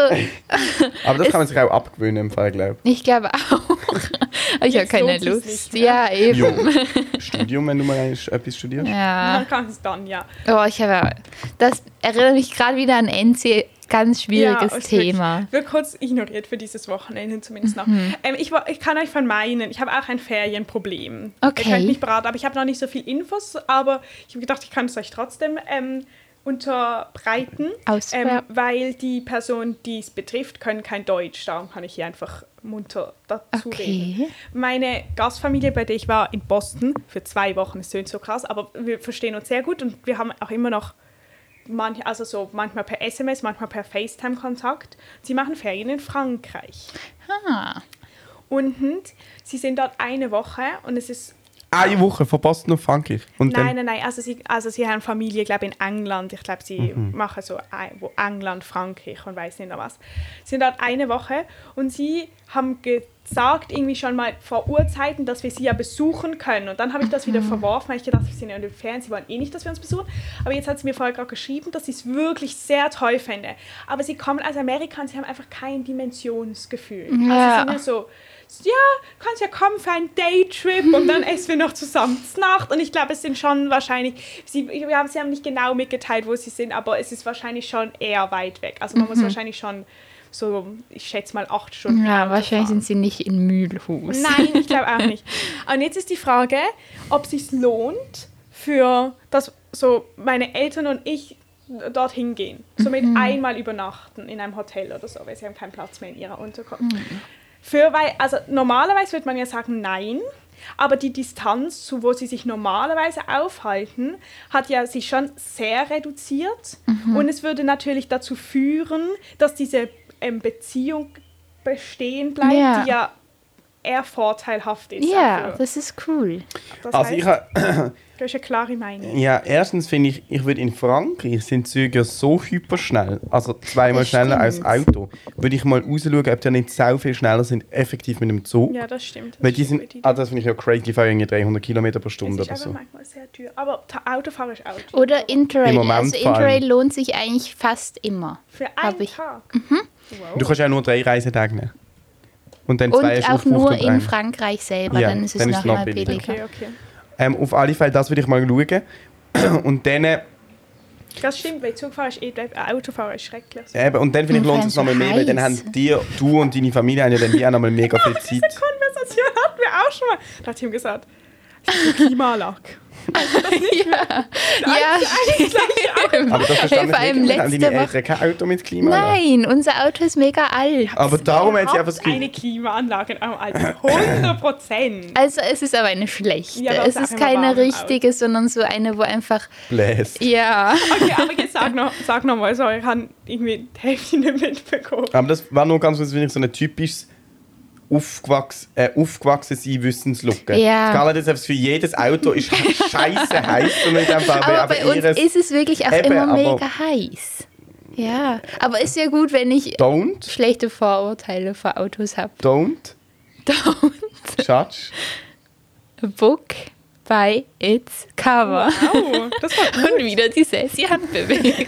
[SPEAKER 3] Aber das kann man sich auch abgewöhnen im Fall, glaube
[SPEAKER 2] ich glaube auch. <laughs> Aber ich habe
[SPEAKER 1] Jetzt
[SPEAKER 2] keine
[SPEAKER 1] lohnt sich's
[SPEAKER 2] Lust.
[SPEAKER 1] nicht mehr.
[SPEAKER 2] Ja, eben.
[SPEAKER 3] ich. Jo.
[SPEAKER 2] <laughs>
[SPEAKER 3] Studium, wenn du mal etwas studierst.
[SPEAKER 2] Ja.
[SPEAKER 1] man kann es dann, ja.
[SPEAKER 2] Oh, ich habe. Das erinnert mich gerade wieder an NC. Ganz schwieriges
[SPEAKER 1] Ja, oh, es wird-
[SPEAKER 2] Thema. Mhm.
[SPEAKER 1] Wird kurz ignoriert für dieses Wochenende zumindest noch. Ähm, ich, wa- ich kann euch von meinen, ich habe auch ein Ferienproblem.
[SPEAKER 2] Okay.
[SPEAKER 1] Ihr könnt mich beraten, aber ich habe noch nicht so viel Infos, aber ich habe gedacht, ich kann es euch trotzdem ähm, unterbreiten,
[SPEAKER 2] Aus-
[SPEAKER 1] ähm,
[SPEAKER 2] ja.
[SPEAKER 1] weil die Personen, die es betrifft, können kein Deutsch. Darum kann ich hier einfach munter dazu
[SPEAKER 2] Okay.
[SPEAKER 1] reden. Meine Gastfamilie, bei der ich war in Boston für zwei Wochen, es tönt so krass, aber wir verstehen uns sehr gut und wir haben auch immer noch manch, also so manchmal per SMS, manchmal per FaceTime Kontakt. Sie machen Ferien in Frankreich.
[SPEAKER 2] Ah,
[SPEAKER 1] Und sie sind dort eine Woche und es ist
[SPEAKER 3] Eine Woche von Boston nach Frankreich. Und
[SPEAKER 1] Nein,
[SPEAKER 3] dann,
[SPEAKER 1] nein, nein. Also sie, also sie haben Familie, glaube in England. Ich glaube, sie
[SPEAKER 3] Mhm.
[SPEAKER 1] machen so ein- wo England, Frankreich und weiß nicht noch was. Sie sind dort eine Woche und sie haben gesagt, irgendwie schon mal vor Urzeiten, dass wir sie ja besuchen können. Und dann habe ich das
[SPEAKER 3] Mhm.
[SPEAKER 1] wieder verworfen, weil ich gedacht habe, sie sind ja in den Ferien, sie wollen eh nicht, dass wir uns besuchen. Aber jetzt hat sie mir vorher gerade geschrieben, dass sie es wirklich sehr toll fände. Aber sie kommen aus Amerika und sie haben einfach kein Dimensionsgefühl. Also
[SPEAKER 2] Ja.
[SPEAKER 1] sie sind ja so, ja, kannst ja kommen für einen Daytrip und dann essen wir noch zusammen zur Nacht. Und ich glaube, es sind schon wahrscheinlich, sie, ich- wir haben, sie haben nicht genau mitgeteilt, wo sie sind, aber es ist wahrscheinlich schon eher weit weg. Also man muss wahrscheinlich schon so, ich schätze mal, acht Stunden.
[SPEAKER 2] Mhm. ja,
[SPEAKER 1] Auto
[SPEAKER 2] wahrscheinlich
[SPEAKER 1] fahren.
[SPEAKER 2] sind sie nicht in Mühlhus. <laughs>
[SPEAKER 1] Nein, ich glaube auch nicht. Und jetzt ist die Frage, ob es lohnt, für dass so meine Eltern und ich dorthin gehen. Somit einmal übernachten in einem Hotel oder so, weil sie haben keinen Platz mehr in ihrer Unterkunft. Für, weil, also normalerweise würde man ja sagen, nein. Aber die Distanz, zu wo sie sich normalerweise aufhalten, hat ja sich schon sehr reduziert. Und es würde natürlich dazu führen, dass diese ähm, Beziehung bestehen bleibt,
[SPEAKER 2] Ja.
[SPEAKER 1] die ja eher vorteilhaft ist.
[SPEAKER 2] Ja,
[SPEAKER 1] dafür.
[SPEAKER 2] das ist cool.
[SPEAKER 1] das
[SPEAKER 3] also
[SPEAKER 1] also
[SPEAKER 3] ich
[SPEAKER 1] heißt,
[SPEAKER 3] ha-
[SPEAKER 1] du hast eine klare Meinung.
[SPEAKER 3] ja, erstens finde ich, ich würde in Frankreich sind Züge ja so hyperschnell, also zweimal
[SPEAKER 2] Das
[SPEAKER 3] schneller als
[SPEAKER 2] stimmt.
[SPEAKER 3] Auto. Würde ich mal rausschauen, ob die nicht so viel schneller sind, effektiv mit dem Zug.
[SPEAKER 1] Ja, das stimmt. Das
[SPEAKER 3] Weil die
[SPEAKER 1] stimmt,
[SPEAKER 3] sind, ah, das finde ich ja crazy, die fahren irgendwie 300 Kilometer pro
[SPEAKER 1] es ist
[SPEAKER 3] Stunde oder
[SPEAKER 1] aber
[SPEAKER 3] so.
[SPEAKER 1] manchmal sehr teuer. Aber Ta- Autofahren ist auch teuer.
[SPEAKER 2] Oder Interrail.
[SPEAKER 3] Im Moment
[SPEAKER 2] also
[SPEAKER 3] vor allem.
[SPEAKER 2] Interrail lohnt sich eigentlich fast immer.
[SPEAKER 1] Für
[SPEAKER 2] hab
[SPEAKER 1] einen
[SPEAKER 2] ich.
[SPEAKER 1] Tag. Wow.
[SPEAKER 3] Du kannst ja nur drei Reisetage nehmen. Und dann zwei
[SPEAKER 2] Und
[SPEAKER 3] hast du
[SPEAKER 2] auch
[SPEAKER 3] aufgebucht
[SPEAKER 2] nur
[SPEAKER 3] und
[SPEAKER 2] in
[SPEAKER 3] einen.
[SPEAKER 2] Frankreich selber,
[SPEAKER 3] Ja,
[SPEAKER 2] dann ist es
[SPEAKER 3] dann ist es noch
[SPEAKER 2] nochmal
[SPEAKER 3] billiger.
[SPEAKER 2] billiger.
[SPEAKER 1] Okay, okay.
[SPEAKER 3] ähm, Auf alle Fälle, das würde ich mal schauen. <clears throat> Und dann, äh,
[SPEAKER 1] Das stimmt, weil Zugfahren ist eh, äh, Autofahren ist schrecklich.
[SPEAKER 3] eben, und dann finde ich,
[SPEAKER 2] Und
[SPEAKER 3] lohnt es
[SPEAKER 2] wenn
[SPEAKER 3] nochmal
[SPEAKER 2] es
[SPEAKER 3] mehr, weil dann
[SPEAKER 2] heiß.
[SPEAKER 3] haben dir, du und deine Familie haben ja dann wie auch
[SPEAKER 2] <laughs>
[SPEAKER 3] nochmal mega viel Zeit.
[SPEAKER 1] Diese Konversation hatten wir auch schon mal. Da hat ihm gesagt, es ist so <laughs> Klimalag.
[SPEAKER 2] Ja,
[SPEAKER 3] Aber das verstand
[SPEAKER 2] Hey, vor
[SPEAKER 3] ich
[SPEAKER 2] allem
[SPEAKER 3] nicht. Haben
[SPEAKER 2] letzte
[SPEAKER 3] deine
[SPEAKER 2] Woche-
[SPEAKER 3] Eltern kein Auto mit Klima?
[SPEAKER 2] nein, unser Auto ist mega alt.
[SPEAKER 3] Aber darum hat sie einfach das
[SPEAKER 1] Überhaupt eine
[SPEAKER 3] Gefühl,
[SPEAKER 1] Klimaanlage in eurem Alter. 100 Prozent.
[SPEAKER 2] Also es ist aber eine schlechte.
[SPEAKER 1] Ja, aber
[SPEAKER 2] es
[SPEAKER 1] sag mal
[SPEAKER 2] ist keine
[SPEAKER 1] warm
[SPEAKER 2] richtige, sondern so eine, wo einfach,
[SPEAKER 3] bläst.
[SPEAKER 2] ja,
[SPEAKER 1] <laughs> Okay, aber jetzt sag noch, sag noch mal, sorry, ich habe irgendwie die Hälfte nicht mitbekommen.
[SPEAKER 3] Aber das war nur ganz kurz wirklich so ein typisches aufgewachsen, äh, aufgewachsen sein Wissenslücke.
[SPEAKER 2] Ja.
[SPEAKER 3] Carla hat jetzt einfach für jedes Auto ist
[SPEAKER 2] <laughs>
[SPEAKER 3] scheiße heiß und mit dem Fall,
[SPEAKER 2] aber, bei uns
[SPEAKER 3] ihres
[SPEAKER 2] ist es wirklich auch
[SPEAKER 3] Eben,
[SPEAKER 2] immer
[SPEAKER 3] aber-
[SPEAKER 2] mega heiß. Ja, aber ist ja gut, wenn ich
[SPEAKER 3] don't,
[SPEAKER 2] schlechte Vorurteile vor <laughs> Autos habe.
[SPEAKER 3] don't,
[SPEAKER 2] Don't
[SPEAKER 3] judge,
[SPEAKER 2] book, by its cover.
[SPEAKER 1] Wow, das war
[SPEAKER 2] <laughs> Und wieder die sassy
[SPEAKER 1] <laughs>
[SPEAKER 2] Handbewegungen.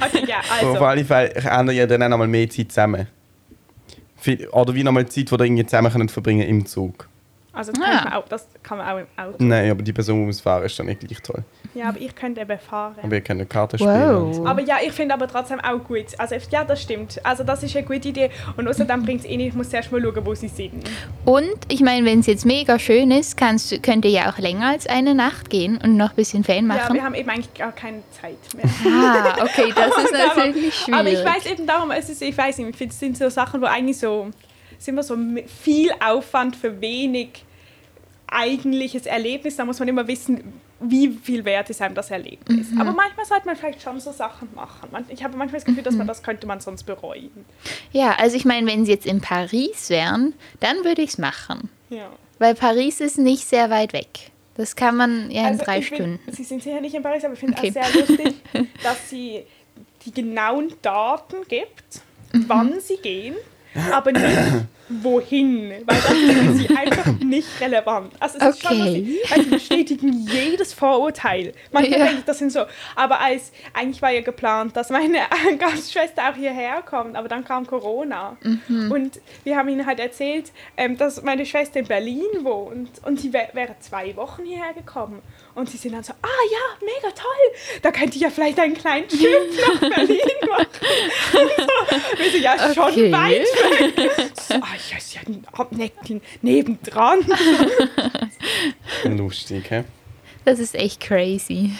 [SPEAKER 1] okay, ja,
[SPEAKER 3] Aber auf
[SPEAKER 1] also.
[SPEAKER 3] alle Fälle ändern ja dann auch nochmal mehr Zeit zusammen. Viel- Oder wie nochmal Zeit, die ihr irgendwie zusammen könnt verbringen im Zug.
[SPEAKER 1] Also das kann,
[SPEAKER 2] Ah.
[SPEAKER 1] man auch, das kann man auch im Auto.
[SPEAKER 3] Nein, aber die Person, die muss fahren, ist dann nicht gleich toll.
[SPEAKER 1] Ja, aber ich könnte eben fahren.
[SPEAKER 3] Aber ihr könnt Karten spielen.
[SPEAKER 2] wow.
[SPEAKER 1] Aber ja, ich finde aber trotzdem auch gut. Also ja, das stimmt. Also das ist eine gute Idee. Und außerdem bringt es eh nicht, ich muss erst mal schauen, wo sie sind.
[SPEAKER 2] Und ich meine, wenn es jetzt mega schön ist, kannst, du- könnt ihr ja auch länger als eine Nacht gehen und noch ein bisschen Fan
[SPEAKER 1] Ja, wir
[SPEAKER 2] machen.
[SPEAKER 1] haben eben eigentlich gar keine Zeit mehr.
[SPEAKER 2] ah, okay,
[SPEAKER 1] <laughs>
[SPEAKER 2] das ist
[SPEAKER 1] Aber-
[SPEAKER 2] natürlich schwierig.
[SPEAKER 1] Aber ich weiß eben darum, es ist, ich weiß nicht, ich finde, es sind so Sachen, wo eigentlich so, es ist immer so m- viel Aufwand für wenig eigentliches Erlebnis. Da muss man immer wissen, wie viel wert ist einem das Erlebnis.
[SPEAKER 2] Mhm.
[SPEAKER 1] Aber manchmal sollte man vielleicht schon so Sachen machen. Man- Ich habe manchmal das Gefühl,
[SPEAKER 2] Mhm.
[SPEAKER 1] dass man das könnte man sonst bereuen.
[SPEAKER 2] Ja, also ich meine, wenn sie jetzt in Paris wären, dann würde ich es machen.
[SPEAKER 1] Ja.
[SPEAKER 2] Weil Paris ist nicht sehr weit weg. Das kann man ja in
[SPEAKER 1] Also
[SPEAKER 2] drei
[SPEAKER 1] ich find-
[SPEAKER 2] Stunden.
[SPEAKER 1] Sie sind sicher nicht in Paris, aber ich finde
[SPEAKER 2] Okay.
[SPEAKER 1] es sehr lustig, <laughs> dass sie die genauen Daten gibt,
[SPEAKER 2] Mhm.
[SPEAKER 1] wann sie gehen, aber nicht wohin, weil das ist für sie einfach nicht relevant. Also es ist schon
[SPEAKER 2] Okay.
[SPEAKER 1] lustig, weil sie bestätigen jedes Vorurteil. Manchmal
[SPEAKER 2] Ja.
[SPEAKER 1] denke ich, das sind so, aber als, eigentlich war ja geplant, dass meine <laughs> Gastschwester auch hierher kommt, aber dann kam Corona.
[SPEAKER 2] Mhm.
[SPEAKER 1] Und wir haben ihnen halt erzählt, ähm, dass meine Schwester in Berlin wohnt und sie wär, wäre zwei Wochen hierher gekommen. Und sie sind dann so, ah ja, mega toll, da könnte ich ja vielleicht einen kleinen Trip nach
[SPEAKER 2] <laughs>
[SPEAKER 1] Berlin machen. Und so, wir sind ja
[SPEAKER 2] Okay.
[SPEAKER 1] schon weit weg. So, ah, ja, ist ja ab- ne- nebendran.
[SPEAKER 3] Lustig, hä?
[SPEAKER 2] Das ist echt crazy.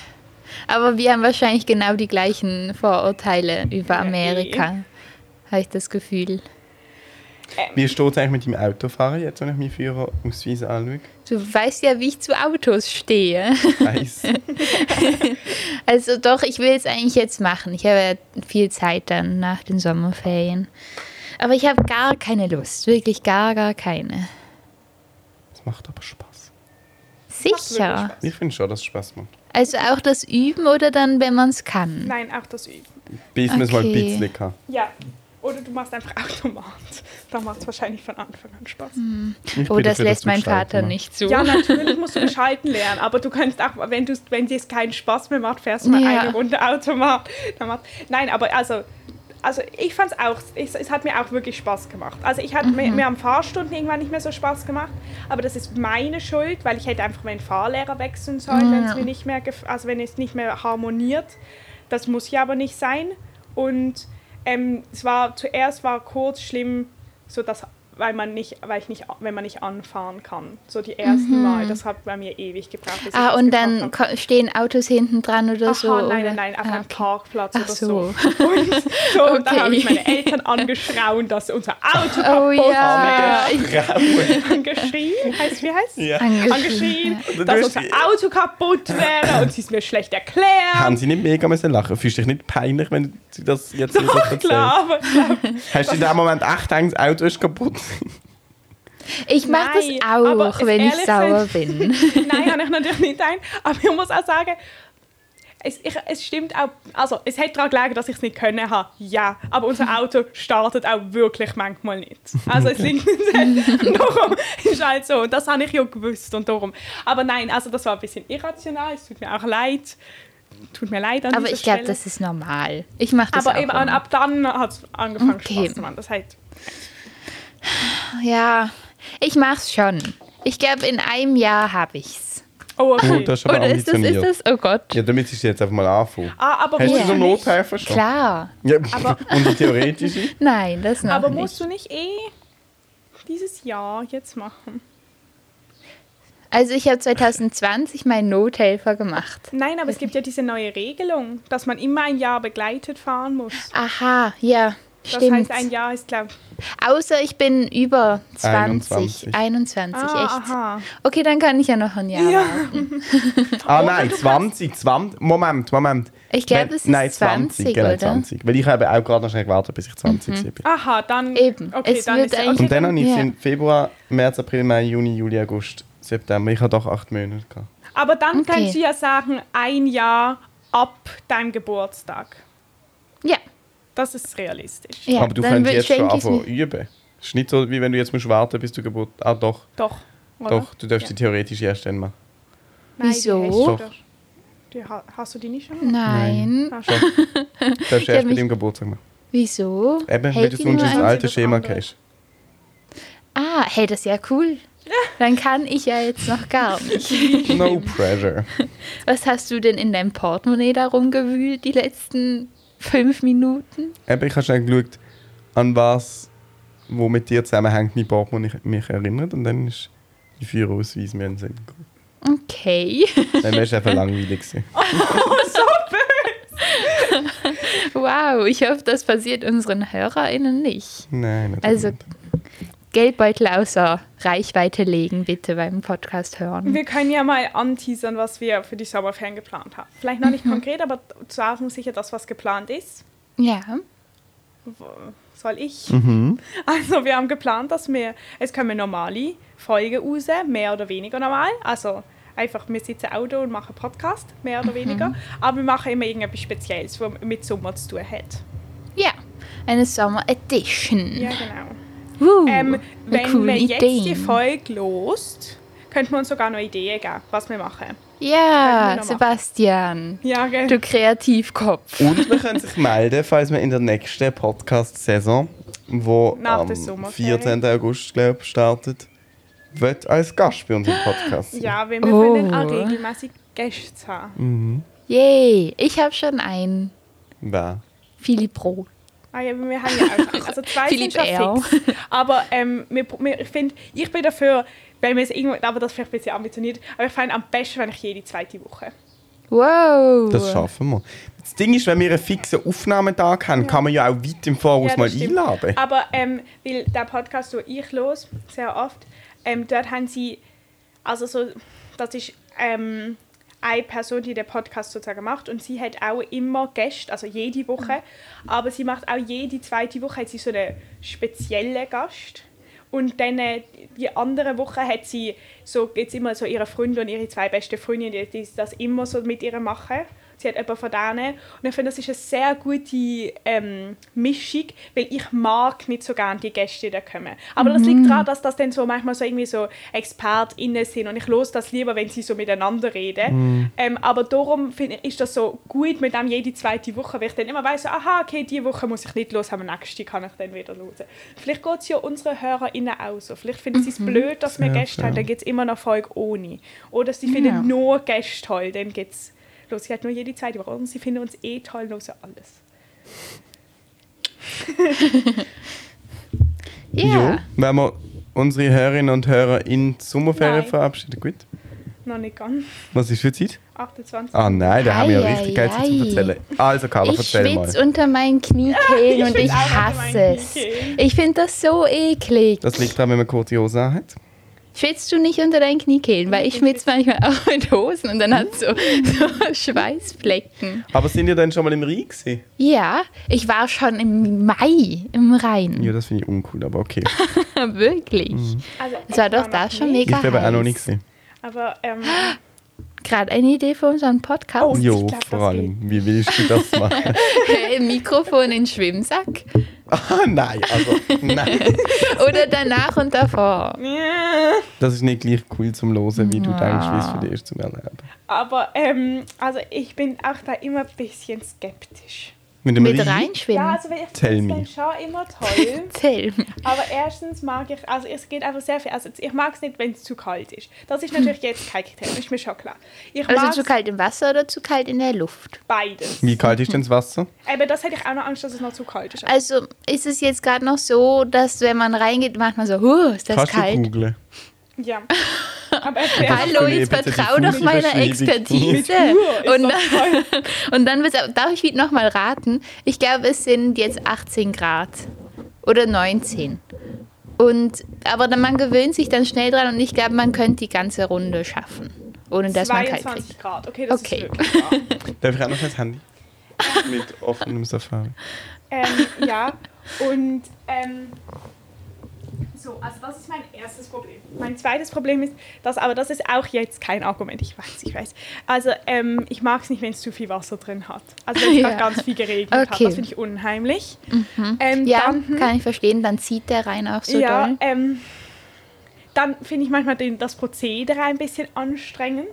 [SPEAKER 2] Aber wir haben wahrscheinlich genau die gleichen Vorurteile über
[SPEAKER 1] Ja, eh.
[SPEAKER 2] Amerika, habe ich das Gefühl.
[SPEAKER 3] Wie steht es eigentlich mit dem Autofahren jetzt, wenn ich meinen Führerausweis anschaue?
[SPEAKER 2] Du weißt ja, wie ich zu Autos stehe. <laughs>
[SPEAKER 3] Weiss.
[SPEAKER 2] Also doch, ich will es eigentlich jetzt machen. Ich habe ja viel Zeit dann nach den Sommerferien. Aber ich habe gar keine Lust. Wirklich gar, gar keine.
[SPEAKER 3] Das macht aber Spaß.
[SPEAKER 1] wirklich
[SPEAKER 2] Sicher.
[SPEAKER 1] Spaß.
[SPEAKER 3] Ich finde schon, dass es Spaß macht.
[SPEAKER 2] Also auch das Üben oder dann, wenn man es kann.
[SPEAKER 1] Nein, auch das Üben.
[SPEAKER 3] Bis man es mal ein
[SPEAKER 2] Okay.
[SPEAKER 3] bisschen kann.
[SPEAKER 1] Ja. Oder du machst einfach Automat. Da macht es wahrscheinlich von Anfang an Spaß.
[SPEAKER 3] Ich
[SPEAKER 2] Oh, das
[SPEAKER 3] bin dafür, dass
[SPEAKER 2] lässt
[SPEAKER 3] du
[SPEAKER 2] mein
[SPEAKER 3] Bescheid
[SPEAKER 2] Vater
[SPEAKER 3] machst.
[SPEAKER 2] nicht zu.
[SPEAKER 1] Ja, natürlich musst du bescheiden lernen, aber du kannst auch, wenn, du's- wenn dir es keinen Spaß mehr macht, fährst du mal
[SPEAKER 2] Ja.
[SPEAKER 1] eine Runde Automat. Dann macht- Nein, aber also, also ich fand es auch, es, es hat mir auch wirklich Spaß gemacht. Also ich hatte
[SPEAKER 2] Mhm.
[SPEAKER 1] mir, mir am Fahrstunden irgendwann nicht mehr so Spaß gemacht, aber das ist meine Schuld, weil ich hätte einfach meinen Fahrlehrer wechseln sollen, wenn es
[SPEAKER 2] Mhm, Ja.
[SPEAKER 1] mir nicht mehr, gef- also wenn es nicht mehr harmoniert. Das muss ja aber nicht sein. Und ähm, es war zuerst war kurz schlimm, so dass weil man nicht, weil ich nicht, wenn man nicht anfahren kann. So die ersten Mal, das hat bei mir ewig gebraucht. bis ich
[SPEAKER 2] Mhm. Ah,
[SPEAKER 1] das
[SPEAKER 2] und
[SPEAKER 1] gebraucht
[SPEAKER 2] dann
[SPEAKER 1] hab.
[SPEAKER 2] ko- stehen Autos hinten dran oder
[SPEAKER 1] Aha,
[SPEAKER 2] so.
[SPEAKER 1] nein,
[SPEAKER 2] oder?
[SPEAKER 1] nein, nein, auf
[SPEAKER 2] Ah,
[SPEAKER 1] einem
[SPEAKER 2] okay.
[SPEAKER 1] Parkplatz
[SPEAKER 2] Ach
[SPEAKER 1] oder so.
[SPEAKER 2] so.
[SPEAKER 1] Und, so, und dann
[SPEAKER 2] Okay.
[SPEAKER 1] habe ich meine Eltern angeschrauen, dass unser Auto
[SPEAKER 2] Oh
[SPEAKER 1] kaputt
[SPEAKER 2] ja. Ich,
[SPEAKER 1] wäre. Angeschrien, heißt wie heißt
[SPEAKER 2] <laughs>
[SPEAKER 3] Ja.
[SPEAKER 1] Angeschrien,
[SPEAKER 3] Und
[SPEAKER 1] dass
[SPEAKER 3] du
[SPEAKER 1] unser
[SPEAKER 3] hast-
[SPEAKER 1] Auto kaputt wäre und sie es mir schlecht erklärt.
[SPEAKER 3] Haben sie nicht mega müssen lachen? Fühlst du dich nicht peinlich, wenn sie das
[SPEAKER 1] <laughs>
[SPEAKER 3] jetzt wieder
[SPEAKER 1] Doch, klar, aber klar.
[SPEAKER 3] Hast du in dem Moment echt Angst, das Auto
[SPEAKER 1] <laughs>
[SPEAKER 3] ist kaputt?
[SPEAKER 2] ich mache das
[SPEAKER 1] Nein, aber
[SPEAKER 2] auch,
[SPEAKER 1] es-
[SPEAKER 2] wenn ich
[SPEAKER 1] ehrlich
[SPEAKER 2] sauer
[SPEAKER 1] gesagt- <laughs>
[SPEAKER 2] bin.
[SPEAKER 1] Nein, kann ich natürlich nicht ein. Aber ich muss auch sagen, es, ich, es stimmt auch. Also, es hätte daran gelegen, dass ich es nicht können habe. Ja. Aber unser Auto startet auch wirklich manchmal nicht. Also, es liegt nicht an- Darum ist halt so. Und das habe ich ja gewusst. Und darum. Aber nein, also, das war ein bisschen irrational. Es tut mir auch leid. Tut mir leid an
[SPEAKER 2] Aber
[SPEAKER 1] dieser
[SPEAKER 2] ich glaube,
[SPEAKER 1] Stelle.
[SPEAKER 2] das ist normal. Ich mache das
[SPEAKER 1] aber
[SPEAKER 2] auch.
[SPEAKER 1] eben an-
[SPEAKER 2] immer.
[SPEAKER 1] ab dann hat es angefangen
[SPEAKER 2] Okay.
[SPEAKER 1] Spaß zu machen. Das heißt,
[SPEAKER 2] Ja, ich mach's schon. Ich glaube, in einem Jahr habe ich's.
[SPEAKER 1] oh okay.
[SPEAKER 3] Gut, das ist aber
[SPEAKER 2] Oder ist das,
[SPEAKER 3] ambitioniert.
[SPEAKER 2] ist das? Oh Gott.
[SPEAKER 3] Ja, damit ist jetzt einfach mal anfangen.
[SPEAKER 1] ah, aber
[SPEAKER 3] Hast
[SPEAKER 1] musst
[SPEAKER 3] du so
[SPEAKER 1] du nicht-
[SPEAKER 3] Nothelfer schon?
[SPEAKER 2] Klar.
[SPEAKER 3] Ja, <laughs> und die theoretische?
[SPEAKER 2] Nein, das noch
[SPEAKER 1] Aber
[SPEAKER 2] nicht.
[SPEAKER 1] musst du nicht eh dieses Jahr jetzt machen?
[SPEAKER 2] also ich habe 2020 meinen Nothelfer gemacht.
[SPEAKER 1] Nein, aber es gibt ja diese neue Regelung, dass man immer ein Jahr begleitet fahren muss.
[SPEAKER 2] Aha, ja,
[SPEAKER 1] Das
[SPEAKER 2] stimmt.
[SPEAKER 1] heißt, ein Jahr ist glaube ich.
[SPEAKER 2] Außer ich bin über 20,
[SPEAKER 3] 21.
[SPEAKER 2] 21,
[SPEAKER 1] Ah,
[SPEAKER 2] echt.
[SPEAKER 1] aha.
[SPEAKER 2] Okay, dann kann ich ja noch ein Jahr. warten.
[SPEAKER 3] Ah
[SPEAKER 1] Oder
[SPEAKER 3] nein,
[SPEAKER 1] du
[SPEAKER 3] 20, 20, Moment, Moment.
[SPEAKER 2] Ich glaub,
[SPEAKER 3] Wenn-
[SPEAKER 2] es ist
[SPEAKER 3] nein,
[SPEAKER 2] 20,
[SPEAKER 3] genau,
[SPEAKER 2] oder? Ah,
[SPEAKER 3] 20. Weil ich habe auch gerade noch schnell gewartet, bis ich 20 mhm. bin.
[SPEAKER 1] Aha, dann.
[SPEAKER 2] Eben,
[SPEAKER 1] Okay,
[SPEAKER 2] es
[SPEAKER 1] dann
[SPEAKER 2] wird
[SPEAKER 1] ist
[SPEAKER 2] eigentlich-
[SPEAKER 1] okay,
[SPEAKER 3] Und dann habe ich
[SPEAKER 2] Ja.
[SPEAKER 3] im Februar, März, April, Mai, Juni, Juli, August, September. Ich habe doch acht Monate gehabt.
[SPEAKER 1] Aber dann
[SPEAKER 2] Okay.
[SPEAKER 1] kannst du ja sagen, ein Jahr ab deinem Geburtstag.
[SPEAKER 2] Ja,
[SPEAKER 1] Das ist realistisch.
[SPEAKER 2] ja.
[SPEAKER 3] Aber du
[SPEAKER 2] dann
[SPEAKER 3] kannst
[SPEAKER 2] wür-
[SPEAKER 3] jetzt schon
[SPEAKER 2] schenke ich's
[SPEAKER 3] anfangen
[SPEAKER 2] mir.
[SPEAKER 3] üben. Es ist nicht so, wie wenn du jetzt musst warten musst, bis du Geburt... Ah doch.
[SPEAKER 1] Doch. oder?
[SPEAKER 3] Doch, du darfst
[SPEAKER 1] Ja.
[SPEAKER 3] die theoretisch erst dann machen.
[SPEAKER 1] Nein,
[SPEAKER 2] Wieso? Hm.
[SPEAKER 1] Die hast, du
[SPEAKER 3] Doch.
[SPEAKER 1] doch. Die, ha- hast du die nicht schon?
[SPEAKER 2] Nein.
[SPEAKER 1] Ah,
[SPEAKER 3] Doch.
[SPEAKER 2] <laughs>
[SPEAKER 3] Du darfst erst
[SPEAKER 2] mich-
[SPEAKER 3] mit dem Geburtstag machen.
[SPEAKER 2] Wieso?
[SPEAKER 3] Eben, weil
[SPEAKER 2] Hält
[SPEAKER 3] du
[SPEAKER 2] die nur
[SPEAKER 3] sonst ins
[SPEAKER 1] an?
[SPEAKER 2] ein-
[SPEAKER 3] alte
[SPEAKER 1] Das
[SPEAKER 3] Schema
[SPEAKER 1] andere.
[SPEAKER 3] gehst.
[SPEAKER 2] Ah, hey, das ist ja cool. Dann kann ich ja jetzt noch gar nicht.
[SPEAKER 3] No pressure.
[SPEAKER 2] Was hast du denn in deinem Portemonnaie da rumgewühlt die letzten fünf Minuten?
[SPEAKER 3] Eben, ich habe schnell geschaut, an was, wo mit dir zusammenhängt, mein Portemonnaie mich erinnert. Und dann ist die Führerausweis mir in den Sinn gekommen.
[SPEAKER 2] Okay. <laughs>
[SPEAKER 3] Dann
[SPEAKER 1] <laughs>
[SPEAKER 3] wärst du einfach langweilig gewesen.
[SPEAKER 2] Wow, ich hoffe, das passiert unseren HörerInnen nicht.
[SPEAKER 3] Nein, nicht
[SPEAKER 2] Also,
[SPEAKER 3] unbedingt.
[SPEAKER 2] Geldbeutel außer Reichweite legen, bitte beim Podcast hören.
[SPEAKER 1] Wir können ja mal anteasern, was wir für die Sommerferien geplant haben. Vielleicht noch
[SPEAKER 2] Mhm.
[SPEAKER 1] nicht konkret, aber sagen sicher das, was geplant ist.
[SPEAKER 2] Ja.
[SPEAKER 1] Wo- Soll ich?
[SPEAKER 2] Mhm.
[SPEAKER 1] <laughs> Also wir haben geplant, dass wir, es kommen normale Folgen raus, mehr oder weniger normal. Also einfach, wir sitzen im Auto und machen Podcast, mehr
[SPEAKER 2] Mhm.
[SPEAKER 1] oder weniger. Aber wir machen immer irgendetwas Spezielles, was mit Sommer zu tun hat.
[SPEAKER 2] Ja. Eine Summer Edition.
[SPEAKER 1] Ja, genau.
[SPEAKER 2] Woo,
[SPEAKER 1] Ähm,
[SPEAKER 2] eine
[SPEAKER 1] wenn
[SPEAKER 2] coole
[SPEAKER 1] wir jetzt die
[SPEAKER 2] Idee.
[SPEAKER 1] Folge lost, könnten wir uns sogar noch Ideen geben, was wir machen. Können
[SPEAKER 2] Ja,
[SPEAKER 1] wir noch machen.
[SPEAKER 2] Sebastian.
[SPEAKER 1] Ja, genau. gell?
[SPEAKER 2] Du Kreativkopf.
[SPEAKER 3] Und man kann sich melden, falls wir in der nächsten Podcast-Saison, wo
[SPEAKER 1] Nach der
[SPEAKER 3] am
[SPEAKER 1] Sommerferien.
[SPEAKER 3] 14. August glaub, startet, wird als Gast bei uns im Podcast sein.
[SPEAKER 1] Ja, weil wir
[SPEAKER 2] Oh.
[SPEAKER 1] können auch regelmäßig Gäste haben.
[SPEAKER 2] Yay, ich habe schon einen.
[SPEAKER 3] Wer?
[SPEAKER 2] Philipp Roth.
[SPEAKER 1] Ah, ja, wir haben ja auch schon. Also zwei sind
[SPEAKER 2] Philipp
[SPEAKER 1] schon
[SPEAKER 2] R.
[SPEAKER 1] fix. Aber ähm, wir, wir, ich finde, ich bin dafür, wenn wir es irgendwann, aber das ist vielleicht ein bisschen ambitioniert, aber ich fände am besten, wenn ich jede zweite Woche.
[SPEAKER 2] Wow.
[SPEAKER 3] Das schaffen wir. Das Ding ist, wenn wir einen fixen Aufnahmetag haben, kann man ja auch weit im Voraus
[SPEAKER 1] Ja,
[SPEAKER 3] mal
[SPEAKER 1] das stimmt.
[SPEAKER 3] einladen.
[SPEAKER 1] Aber ähm, weil der Podcast, so ich los, sehr oft, ähm, dort haben sie, also so, das ist ähm, eine Person, die den Podcast sozusagen macht und sie hat auch immer Gäste, also jede Woche, aber sie macht auch jede zweite Woche hat sie so einen speziellen Gast. Und dann äh, die andere Woche hat sie so jetzt immer so ihre Freunde und ihre zwei besten Freundinnen, die, die das immer so mit ihr machen. Sie hat jemanden von denen. Und ich finde, das ist eine sehr gute ähm, Mischung, weil ich mag nicht so gerne die Gäste, die da kommen. Aber das liegt daran, dass das dann so manchmal so irgendwie so ExpertInnen sind und ich los das lieber, wenn sie so miteinander reden. Ähm, aber darum finde ich, ist das so gut mit dem jede zweite Woche, weil ich dann immer weiss, so, aha, okay, diese Woche muss ich nicht los, aber nächste kann ich dann wieder los. Vielleicht geht es ja unseren HörerInnen auch so. Vielleicht finden sie es blöd, dass wir
[SPEAKER 3] Sehr
[SPEAKER 1] Gäste haben,
[SPEAKER 3] schön.
[SPEAKER 1] dann gibt es immer noch Folge ohne. Oder sie finden
[SPEAKER 2] Ja.
[SPEAKER 1] nur Gäste toll, dann gibt es los. Sie hat nur jede zweite Woche und sie finden uns eh toll, los alles.
[SPEAKER 2] Ja.
[SPEAKER 3] Wenn wir unsere Hörerinnen und Hörer in die Sommerferien
[SPEAKER 1] Nein.
[SPEAKER 3] verabschieden, gut.
[SPEAKER 1] Noch nicht ganz.
[SPEAKER 3] Was ist für Zeit?
[SPEAKER 1] 28.
[SPEAKER 3] Ah nein, da haben wir ja
[SPEAKER 2] Ei,
[SPEAKER 3] richtig geil
[SPEAKER 2] ei,
[SPEAKER 3] zu
[SPEAKER 2] ei.
[SPEAKER 3] erzählen. Also Carla,
[SPEAKER 2] Ich
[SPEAKER 3] erzähl mal.
[SPEAKER 2] schwitze unter meinen Kniekehlen
[SPEAKER 1] Ich
[SPEAKER 2] und
[SPEAKER 1] schwitz
[SPEAKER 2] ich
[SPEAKER 1] auch unter
[SPEAKER 2] hasse
[SPEAKER 1] meinen
[SPEAKER 2] es.
[SPEAKER 1] Kniekehlen.
[SPEAKER 2] Ich finde das so eklig.
[SPEAKER 3] Das liegt daran, wenn man kurze Hosen hat.
[SPEAKER 2] Schwitzt du nicht unter deinen Kniekehlen? Weil ich
[SPEAKER 1] ich
[SPEAKER 2] schwitze manchmal auch mit Hosen und dann hat so, <laughs> so Schweißflecken.
[SPEAKER 3] Aber sind ihr denn schon mal im Rhein gewesen?
[SPEAKER 2] Ja, ich war schon im Mai im Rhein.
[SPEAKER 3] Ja, das finde ich uncool, aber
[SPEAKER 2] <laughs>
[SPEAKER 3] okay.
[SPEAKER 2] Wirklich.
[SPEAKER 3] Mhm.
[SPEAKER 1] Also,
[SPEAKER 2] Es war doch
[SPEAKER 1] ich
[SPEAKER 2] da
[SPEAKER 1] noch
[SPEAKER 2] schon
[SPEAKER 1] nicht,
[SPEAKER 3] Ich
[SPEAKER 2] mega
[SPEAKER 3] bin aber auch noch nicht
[SPEAKER 2] heiß.
[SPEAKER 3] gewesen.
[SPEAKER 1] Aber ähm,
[SPEAKER 2] Gerade eine Idee für unseren Podcast.
[SPEAKER 1] Oh. Ich
[SPEAKER 3] Jo,
[SPEAKER 1] glaub, das
[SPEAKER 3] vor allem. Wie willst du
[SPEAKER 2] <laughs>
[SPEAKER 3] das machen?
[SPEAKER 2] Im Mikrofon in den Schwimmsack.
[SPEAKER 3] ah, nein, also, nein.
[SPEAKER 2] Oder danach und davor.
[SPEAKER 1] ja.
[SPEAKER 3] Das ist nicht gleich cool zum Losen, wie du
[SPEAKER 2] Ja.
[SPEAKER 3] denkst, wie es für dich ist zum Erleben.
[SPEAKER 1] aber ähm, also ich bin auch da immer ein bisschen skeptisch.
[SPEAKER 3] Mit dem
[SPEAKER 2] Mit
[SPEAKER 3] Rhein?
[SPEAKER 1] Ja,
[SPEAKER 2] reinschwimmen.
[SPEAKER 1] also weil ich
[SPEAKER 3] Tell
[SPEAKER 1] finde
[SPEAKER 3] me.
[SPEAKER 1] es dann schon immer toll.
[SPEAKER 2] Erzähl mir.
[SPEAKER 1] Aber erstens mag ich, also es geht einfach sehr viel. Also ich mag es nicht, wenn es zu kalt ist. Das ist natürlich jetzt kein Kriterium, ist mir schon klar. Ich
[SPEAKER 2] Also
[SPEAKER 1] mag's
[SPEAKER 2] zu kalt im Wasser oder zu kalt in der Luft?
[SPEAKER 1] beides.
[SPEAKER 3] Wie kalt ist denn das Wasser?
[SPEAKER 1] Aber das hätte ich auch noch Angst, dass es noch zu kalt ist.
[SPEAKER 2] Also ist es jetzt gerade noch so, dass wenn man reingeht, macht man so, huh, ist das
[SPEAKER 3] Kannst du
[SPEAKER 2] kalt?
[SPEAKER 3] googlen?
[SPEAKER 1] Ja. Aber erklär-
[SPEAKER 2] Hallo,
[SPEAKER 3] Kannst du mir
[SPEAKER 2] jetzt
[SPEAKER 3] bitte die
[SPEAKER 2] vertrau doch
[SPEAKER 3] Fußbeschreibung-
[SPEAKER 2] meiner Expertise.
[SPEAKER 1] Mit Uhr ist
[SPEAKER 2] <laughs> Und,
[SPEAKER 1] das toll.
[SPEAKER 2] und dann wird's, darf ich wieder nochmal raten. Ich glaube, es sind jetzt 18 Grad oder 19. Und, aber dann, man gewöhnt sich dann schnell dran und ich glaube, man könnte die ganze Runde schaffen, ohne dass man kalt kriegt.
[SPEAKER 1] 22 Grad, okay, das
[SPEAKER 2] Okay.
[SPEAKER 1] ist wirklich wahr.
[SPEAKER 3] Darf ich auch noch
[SPEAKER 2] <laughs>
[SPEAKER 3] das Handy? Mit offenem Safari.
[SPEAKER 1] Ähm, ja, und ähm, so, also das ist mein erstes Problem. Mein zweites Problem ist, dass, aber das ist auch jetzt kein Argument, ich weiß, ich weiß. Also ähm, ich mag es nicht, wenn es zu viel Wasser drin hat. Also
[SPEAKER 2] <laughs>
[SPEAKER 1] wenn es
[SPEAKER 2] Ja.
[SPEAKER 1] gerade ganz viel geregnet hat,
[SPEAKER 2] Okay. Mhm.
[SPEAKER 1] das finde ich unheimlich. Ähm,
[SPEAKER 2] Ja,
[SPEAKER 1] dann,
[SPEAKER 2] kann ich verstehen, dann zieht der rein auch so
[SPEAKER 1] ja
[SPEAKER 2] doll.
[SPEAKER 1] ähm, dann finde ich manchmal den, das Prozedere ein bisschen anstrengend,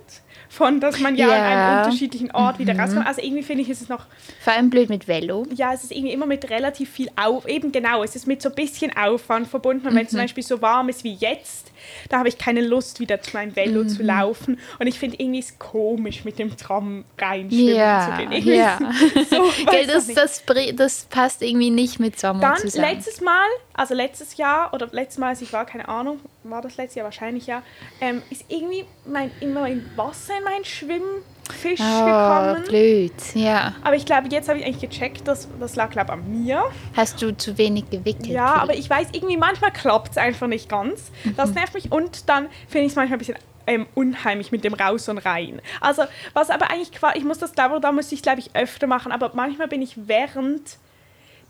[SPEAKER 1] von dass man ja, an
[SPEAKER 2] Ja. Mhm.
[SPEAKER 1] einem unterschiedlichen Ort wieder rauskommt. Also irgendwie finde ich, ist es noch,
[SPEAKER 2] Vor allem blöd mit Velo.
[SPEAKER 1] ja, es ist irgendwie immer mit relativ viel Auf, eben genau, es ist mit so ein bisschen Aufwand verbunden. Und wenn es
[SPEAKER 2] Mhm.
[SPEAKER 1] zum Beispiel so warm ist wie jetzt, da habe ich keine Lust, wieder zu meinem Velo
[SPEAKER 2] Mhm.
[SPEAKER 1] zu laufen. Und ich finde irgendwie ist es komisch, mit dem Tram reinschwimmen zu
[SPEAKER 2] Ja,
[SPEAKER 1] gehen. Irgendwie
[SPEAKER 2] ja.
[SPEAKER 1] ist es <laughs> so,
[SPEAKER 2] <laughs> Gell,
[SPEAKER 1] weiß auch
[SPEAKER 2] das,
[SPEAKER 1] nicht.
[SPEAKER 2] das, bri- das passt irgendwie nicht mit Sommer
[SPEAKER 1] Dann
[SPEAKER 2] zusammen.
[SPEAKER 1] letztes Mal, also letztes Jahr oder letztes Mal, als ich war, keine Ahnung, war das letztes Jahr wahrscheinlich ja, ähm, ist irgendwie mein, immer mein Wasser in meinen Schwimmfisch
[SPEAKER 2] oh,
[SPEAKER 1] gekommen.
[SPEAKER 2] blöd, ja.
[SPEAKER 1] Aber ich glaube, jetzt habe ich eigentlich gecheckt, dass das lag, glaube an mir.
[SPEAKER 2] Hast du zu wenig gewickelt?
[SPEAKER 1] Ja, aber ich weiß, irgendwie manchmal klappt es einfach nicht ganz. Das
[SPEAKER 2] Mhm.
[SPEAKER 1] nervt mich und dann finde ich es manchmal ein bisschen ähm, unheimlich mit dem Raus und Rein. Also, was aber eigentlich, qua- ich muss das, glaube da muss ich, glaube ich, öfter machen, aber manchmal bin ich während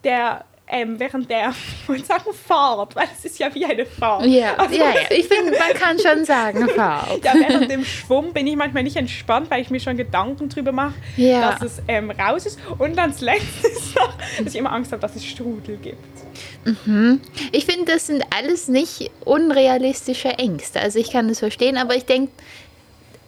[SPEAKER 1] der, ähm, während der, <laughs> ich wollte sagen Fahrt, weil es ist ja wie eine Fahrt.
[SPEAKER 2] Ja,
[SPEAKER 1] Also,
[SPEAKER 2] ja,
[SPEAKER 1] <laughs>
[SPEAKER 2] ja. Ich finde, man kann schon sagen, Farb.
[SPEAKER 1] ja, während dem Schwumm bin ich manchmal nicht entspannt, weil ich mir schon Gedanken drüber mache,
[SPEAKER 2] Ja.
[SPEAKER 1] dass es ähm, raus ist. Und dann das Letzte <laughs> ist noch, dass ich immer Angst habe, dass es Strudel gibt.
[SPEAKER 2] Ich finde, das sind alles nicht unrealistische Ängste. Also ich kann das verstehen, aber ich denke,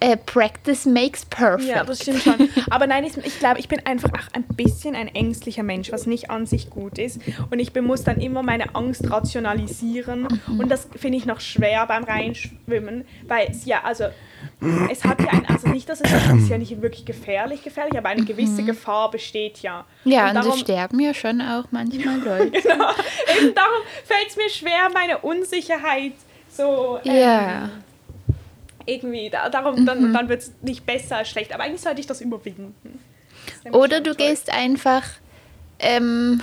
[SPEAKER 2] äh, Practice makes perfect.
[SPEAKER 1] Ja, das stimmt schon. Aber nein, ich, ich glaube, ich bin einfach auch ein bisschen ein ängstlicher Mensch, was nicht an sich gut ist. Und ich muss dann immer meine Angst rationalisieren. Und das finde ich noch schwer beim Reinschwimmen, weil es ja, also es hat ja ein, also nicht, dass es es ist ja nicht wirklich gefährlich, gefährlich, aber eine gewisse Gefahr besteht ja.
[SPEAKER 2] Mhm. Ja, und, es
[SPEAKER 1] darum,
[SPEAKER 2] sterben ja schon auch
[SPEAKER 1] <laughs>
[SPEAKER 2] manchmal Leute.
[SPEAKER 1] eben <laughs> darum fällt es mir schwer, meine Unsicherheit so ähm,
[SPEAKER 2] ja. Mhm.
[SPEAKER 1] irgendwie, da, darum, dann, dann wird es nicht besser als schlecht. Aber eigentlich sollte ich das überwinden. Das ist nämlich
[SPEAKER 2] Oder
[SPEAKER 1] schon
[SPEAKER 2] du
[SPEAKER 1] toll.
[SPEAKER 2] gehst einfach ähm,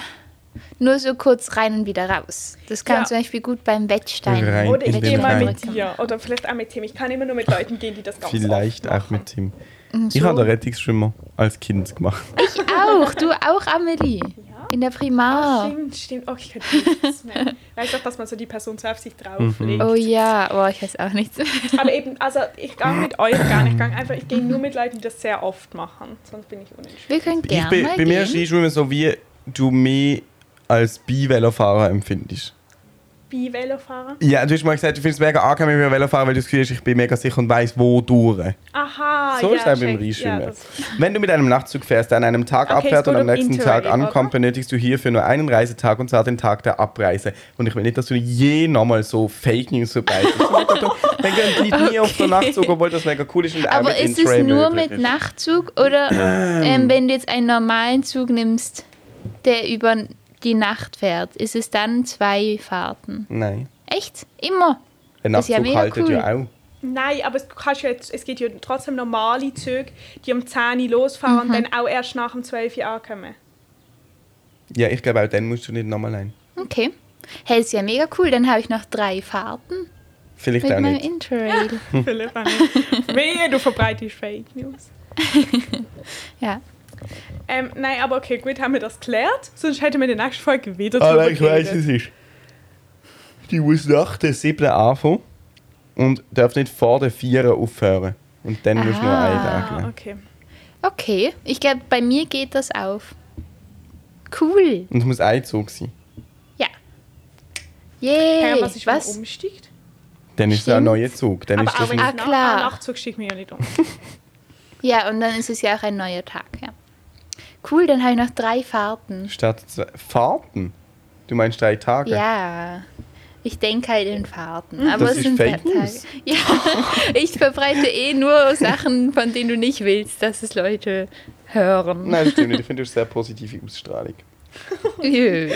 [SPEAKER 2] nur so kurz rein und wieder raus. Das kann
[SPEAKER 1] Ja.
[SPEAKER 2] zum Beispiel gut beim Wettstein.
[SPEAKER 3] Rein
[SPEAKER 1] Oder ich
[SPEAKER 3] in
[SPEAKER 1] gehe
[SPEAKER 3] den
[SPEAKER 1] mal
[SPEAKER 3] Rhein.
[SPEAKER 1] mit dir. Oder vielleicht auch mit Tim. Ich kann immer nur mit Leuten gehen, die das ganz
[SPEAKER 3] Vielleicht
[SPEAKER 1] oft Mhm,
[SPEAKER 3] auch mit Tim. Ich
[SPEAKER 2] so.
[SPEAKER 3] habe den Rettungsschwimmer als Kind gemacht.
[SPEAKER 1] Ah,
[SPEAKER 2] Ich auch, du auch, Amelie. In der Primar.
[SPEAKER 1] Stimmt, stimmt. Oh, ich könnte nichts
[SPEAKER 2] <laughs>
[SPEAKER 1] mehr. Weißt auch, dass man so die Person so auf
[SPEAKER 3] Mhm.
[SPEAKER 1] sich drauflegt.
[SPEAKER 2] Oh ja, oh, ich weiß auch nichts.
[SPEAKER 1] Aber eben, also ich gehe mit euch gar nicht. Ich, gang einfach, ich gehe nur mit Leuten, die das sehr oft machen. Sonst bin ich unentschieden.
[SPEAKER 2] Wir können gerne
[SPEAKER 3] Ich bin,
[SPEAKER 2] mal
[SPEAKER 3] bei mir ist
[SPEAKER 2] gehen.
[SPEAKER 3] Skischwimmen so wie du mich als Bi-Velofahrer empfindest.
[SPEAKER 1] Wie Velofahrer?
[SPEAKER 3] Ja, du hast mal gesagt, du findest es mega angenehm, wenn ich Velofahrer, weil du das Gefühl hast, ich bin mega sicher und weiss, wo durch.
[SPEAKER 1] Aha,
[SPEAKER 3] So
[SPEAKER 1] Ah, ja.
[SPEAKER 3] ist es auch beim
[SPEAKER 1] check.
[SPEAKER 3] Reinschwimmen.
[SPEAKER 1] Ja, das- <laughs>
[SPEAKER 3] Wenn du mit einem Nachtzug fährst, der an einem Tag
[SPEAKER 1] Okay, es
[SPEAKER 3] abfährt
[SPEAKER 1] geht
[SPEAKER 3] und am
[SPEAKER 1] um
[SPEAKER 3] nächsten
[SPEAKER 1] Interrail,
[SPEAKER 3] Tag ankommt,
[SPEAKER 1] oder?
[SPEAKER 3] benötigst du hierfür nur einen Reisetag und zwar den Tag der Abreise. Und ich will nicht, dass du je nochmal so Fake
[SPEAKER 1] <laughs>
[SPEAKER 3] News verbreitest. Dann gehen die nie auf den Nachtzug, obwohl das mega cool ist. Und auch
[SPEAKER 2] Aber
[SPEAKER 3] Äh, mit
[SPEAKER 2] ist es
[SPEAKER 3] Interrail
[SPEAKER 2] nur mit
[SPEAKER 3] möglich ist.
[SPEAKER 2] Nachtzug oder ähm, wenn du jetzt einen normalen Zug nimmst, der über die Nacht fährt, ist es dann zwei Fahrten?
[SPEAKER 3] Nein.
[SPEAKER 2] Echt? Immer?
[SPEAKER 3] Ein
[SPEAKER 2] Das ist ja
[SPEAKER 3] Nachtzug
[SPEAKER 2] mega
[SPEAKER 3] haltet
[SPEAKER 2] cool.
[SPEAKER 3] ja auch.
[SPEAKER 1] Nein, aber es, du kannst ja jetzt, es gibt ja trotzdem normale Züge, die um 10 Uhr losfahren
[SPEAKER 2] Mhm.
[SPEAKER 1] und dann auch erst nach dem 12 Uhr
[SPEAKER 3] <laughs>
[SPEAKER 1] ankommen.
[SPEAKER 3] Ja, ich glaube, auch dann musst du nicht nochmal ein.
[SPEAKER 2] Okay. Hey, ist ja mega cool. Dann habe ich noch drei Fahrten
[SPEAKER 3] Vielleicht
[SPEAKER 2] mit
[SPEAKER 3] auch
[SPEAKER 2] meinem
[SPEAKER 3] nicht. <laughs>
[SPEAKER 2] Interrail.
[SPEAKER 1] Philipp, auch nicht. wehe, du verbreitest Fake News.
[SPEAKER 2] Ja.
[SPEAKER 1] Ähm, nein, aber okay, gut, haben wir das geklärt. Sonst hätten wir in der nächsten Folge wieder
[SPEAKER 3] Aber
[SPEAKER 1] drüber
[SPEAKER 3] Ah, ich weiß,
[SPEAKER 1] geredet.
[SPEAKER 3] es ist. Die muss nach der 7. anfangen und darf nicht vor der 4. aufhören. Und dann musst du noch einen Tag
[SPEAKER 1] Ah,
[SPEAKER 3] nehmen.
[SPEAKER 1] okay.
[SPEAKER 2] Okay. Ich glaube, bei mir geht das auf. Cool.
[SPEAKER 3] Und es muss ein Zug sein.
[SPEAKER 2] Ja. Yay.
[SPEAKER 1] Hey, was ist, wenn man um-
[SPEAKER 2] was?
[SPEAKER 1] umsteigt?
[SPEAKER 3] Dann ist es ein
[SPEAKER 2] Stimmt.
[SPEAKER 3] neuer Zug. Dann
[SPEAKER 1] Aber
[SPEAKER 3] ist das
[SPEAKER 1] auch wenn
[SPEAKER 3] nicht.
[SPEAKER 1] ich
[SPEAKER 2] Ah,
[SPEAKER 1] nach,
[SPEAKER 2] klar.
[SPEAKER 1] ah, Nachtzug steigt mir ja nicht um.
[SPEAKER 2] Ja, und dann ist es ja auch ein neuer Tag. Ja. Cool. Dann habe ich noch drei Fahrten.
[SPEAKER 3] Statt zwei Fahrten? Du meinst drei Tage?
[SPEAKER 2] Ja. Ich denke halt in Fahrten. Aber
[SPEAKER 3] Hm, das
[SPEAKER 2] es
[SPEAKER 3] ist
[SPEAKER 2] sind
[SPEAKER 3] Fake
[SPEAKER 2] drei Tage.
[SPEAKER 3] News.
[SPEAKER 2] <laughs> Ja, ich verbreite eh nur Sachen, von denen du nicht willst, dass es Leute hören. <laughs>
[SPEAKER 3] Nein, das stimmt nicht. Ich finde, du hast eine sehr positive Ausstrahlung.
[SPEAKER 2] Jö.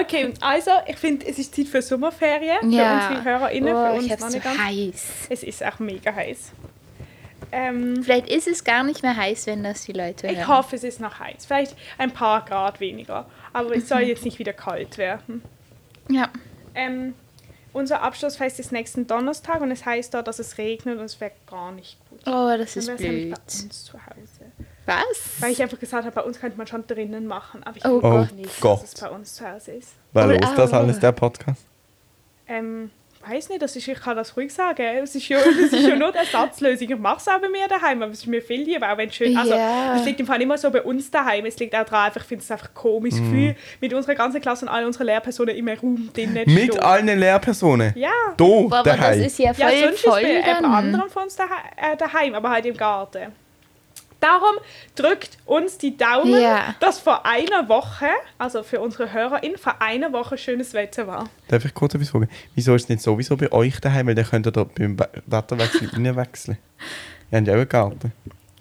[SPEAKER 1] Okay, also, ich finde, es ist Zeit für Sommerferien. Für unsere HörerInnen,
[SPEAKER 2] oh,
[SPEAKER 1] für
[SPEAKER 2] ich
[SPEAKER 1] uns
[SPEAKER 2] hab's
[SPEAKER 1] noch nicht
[SPEAKER 2] so
[SPEAKER 1] ganz.
[SPEAKER 2] heiß.
[SPEAKER 1] Es ist auch mega heiß. Ähm,
[SPEAKER 2] Vielleicht ist es gar nicht mehr heiß, wenn das die Leute hören.
[SPEAKER 1] ich hoffe, es ist noch heiß. Vielleicht ein paar Grad weniger. Aber es soll jetzt nicht wieder kalt werden.
[SPEAKER 2] Ja.
[SPEAKER 1] Ähm, unser Abschlussfest ist nächsten Donnerstag und es heißt da, dass es regnet und es wäre gar nicht gut.
[SPEAKER 2] Oh, das ist
[SPEAKER 1] Dann wär's nämlich
[SPEAKER 2] blöd.
[SPEAKER 1] bei uns zu Hause.
[SPEAKER 2] Was?
[SPEAKER 1] Weil ich einfach gesagt habe, bei uns könnte man schon drinnen machen, aber ich
[SPEAKER 2] Oh
[SPEAKER 1] will
[SPEAKER 2] Gott.
[SPEAKER 1] nicht,
[SPEAKER 3] Gott.
[SPEAKER 1] dass es bei uns zu Hause ist.
[SPEAKER 3] Weil
[SPEAKER 2] Aber-
[SPEAKER 3] los, das alles der Podcast.
[SPEAKER 1] Ähm, weiß nicht, das ist, ich kann das ruhig sagen. Es ist ja, das ist ja nur die Ersatzlösung. Ich mache es auch bei mir daheim, aber es ist mir viel lieber, auch wenn es schön Also,
[SPEAKER 2] Ja.
[SPEAKER 1] es liegt im Fall nicht mal so bei uns daheim. Es liegt auch daran, einfach, ich finde es einfach ein komisches Gefühl, mit unserer ganzen Klasse und all unseren Lehrpersonen im Raum drinnen zu
[SPEAKER 3] Mit
[SPEAKER 1] stehen.
[SPEAKER 3] allen Lehrpersonen.
[SPEAKER 1] Ja.
[SPEAKER 3] Do,
[SPEAKER 2] Boah, aber das
[SPEAKER 3] daheim.
[SPEAKER 2] ist ja voll
[SPEAKER 1] Ja, sonst
[SPEAKER 2] voll
[SPEAKER 1] ist bei jemand
[SPEAKER 2] dann.
[SPEAKER 1] anderem von uns daheim, äh, daheim, aber halt im Garten. Darum drückt uns die Daumen,
[SPEAKER 2] Ja.
[SPEAKER 1] dass vor einer Woche, also für unsere HörerInnen, vor einer Woche schönes Wetter war.
[SPEAKER 3] Darf ich kurz etwas fragen? Wieso ist es nicht sowieso bei euch daheim? Weil dann könnt ihr da beim We- Wetterwechsel reinwechseln. Ihr habt ja auch einen Garten.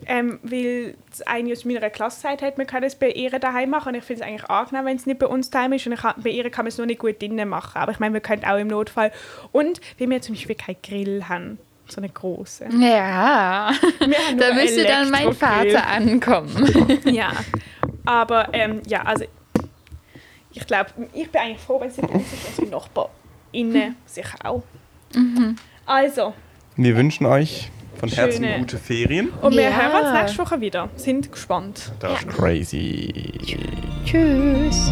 [SPEAKER 1] Ähm, weil das eine aus meiner Klassenzeit hat, man kann es bei ihr daheim machen und ich finde es eigentlich angenehm, wenn es nicht bei uns daheim ist und ich, kann- bei ihr kann man es nur nicht gut drinnen machen, aber ich meine, wir können auch im Notfall und wenn wir zum Beispiel keinen Grill haben, so einen großen.
[SPEAKER 2] Ja, <laughs>
[SPEAKER 1] Wir haben
[SPEAKER 2] da
[SPEAKER 1] nur
[SPEAKER 2] müsste dann mein
[SPEAKER 1] Elektrogrill.
[SPEAKER 2] Vater ankommen.
[SPEAKER 1] <laughs> Ja, aber ähm, ja, also ich glaube, ich bin eigentlich froh, wenn sie bei uns ist, unsere NachbarInnen sicher auch. Also,
[SPEAKER 3] Wir wünschen euch von Herzen
[SPEAKER 1] Schöne-
[SPEAKER 3] gute Ferien.
[SPEAKER 1] und wir
[SPEAKER 2] Ja.
[SPEAKER 1] hören uns nächste Woche wieder. Sind gespannt.
[SPEAKER 3] Das ist crazy.
[SPEAKER 2] Tschüss.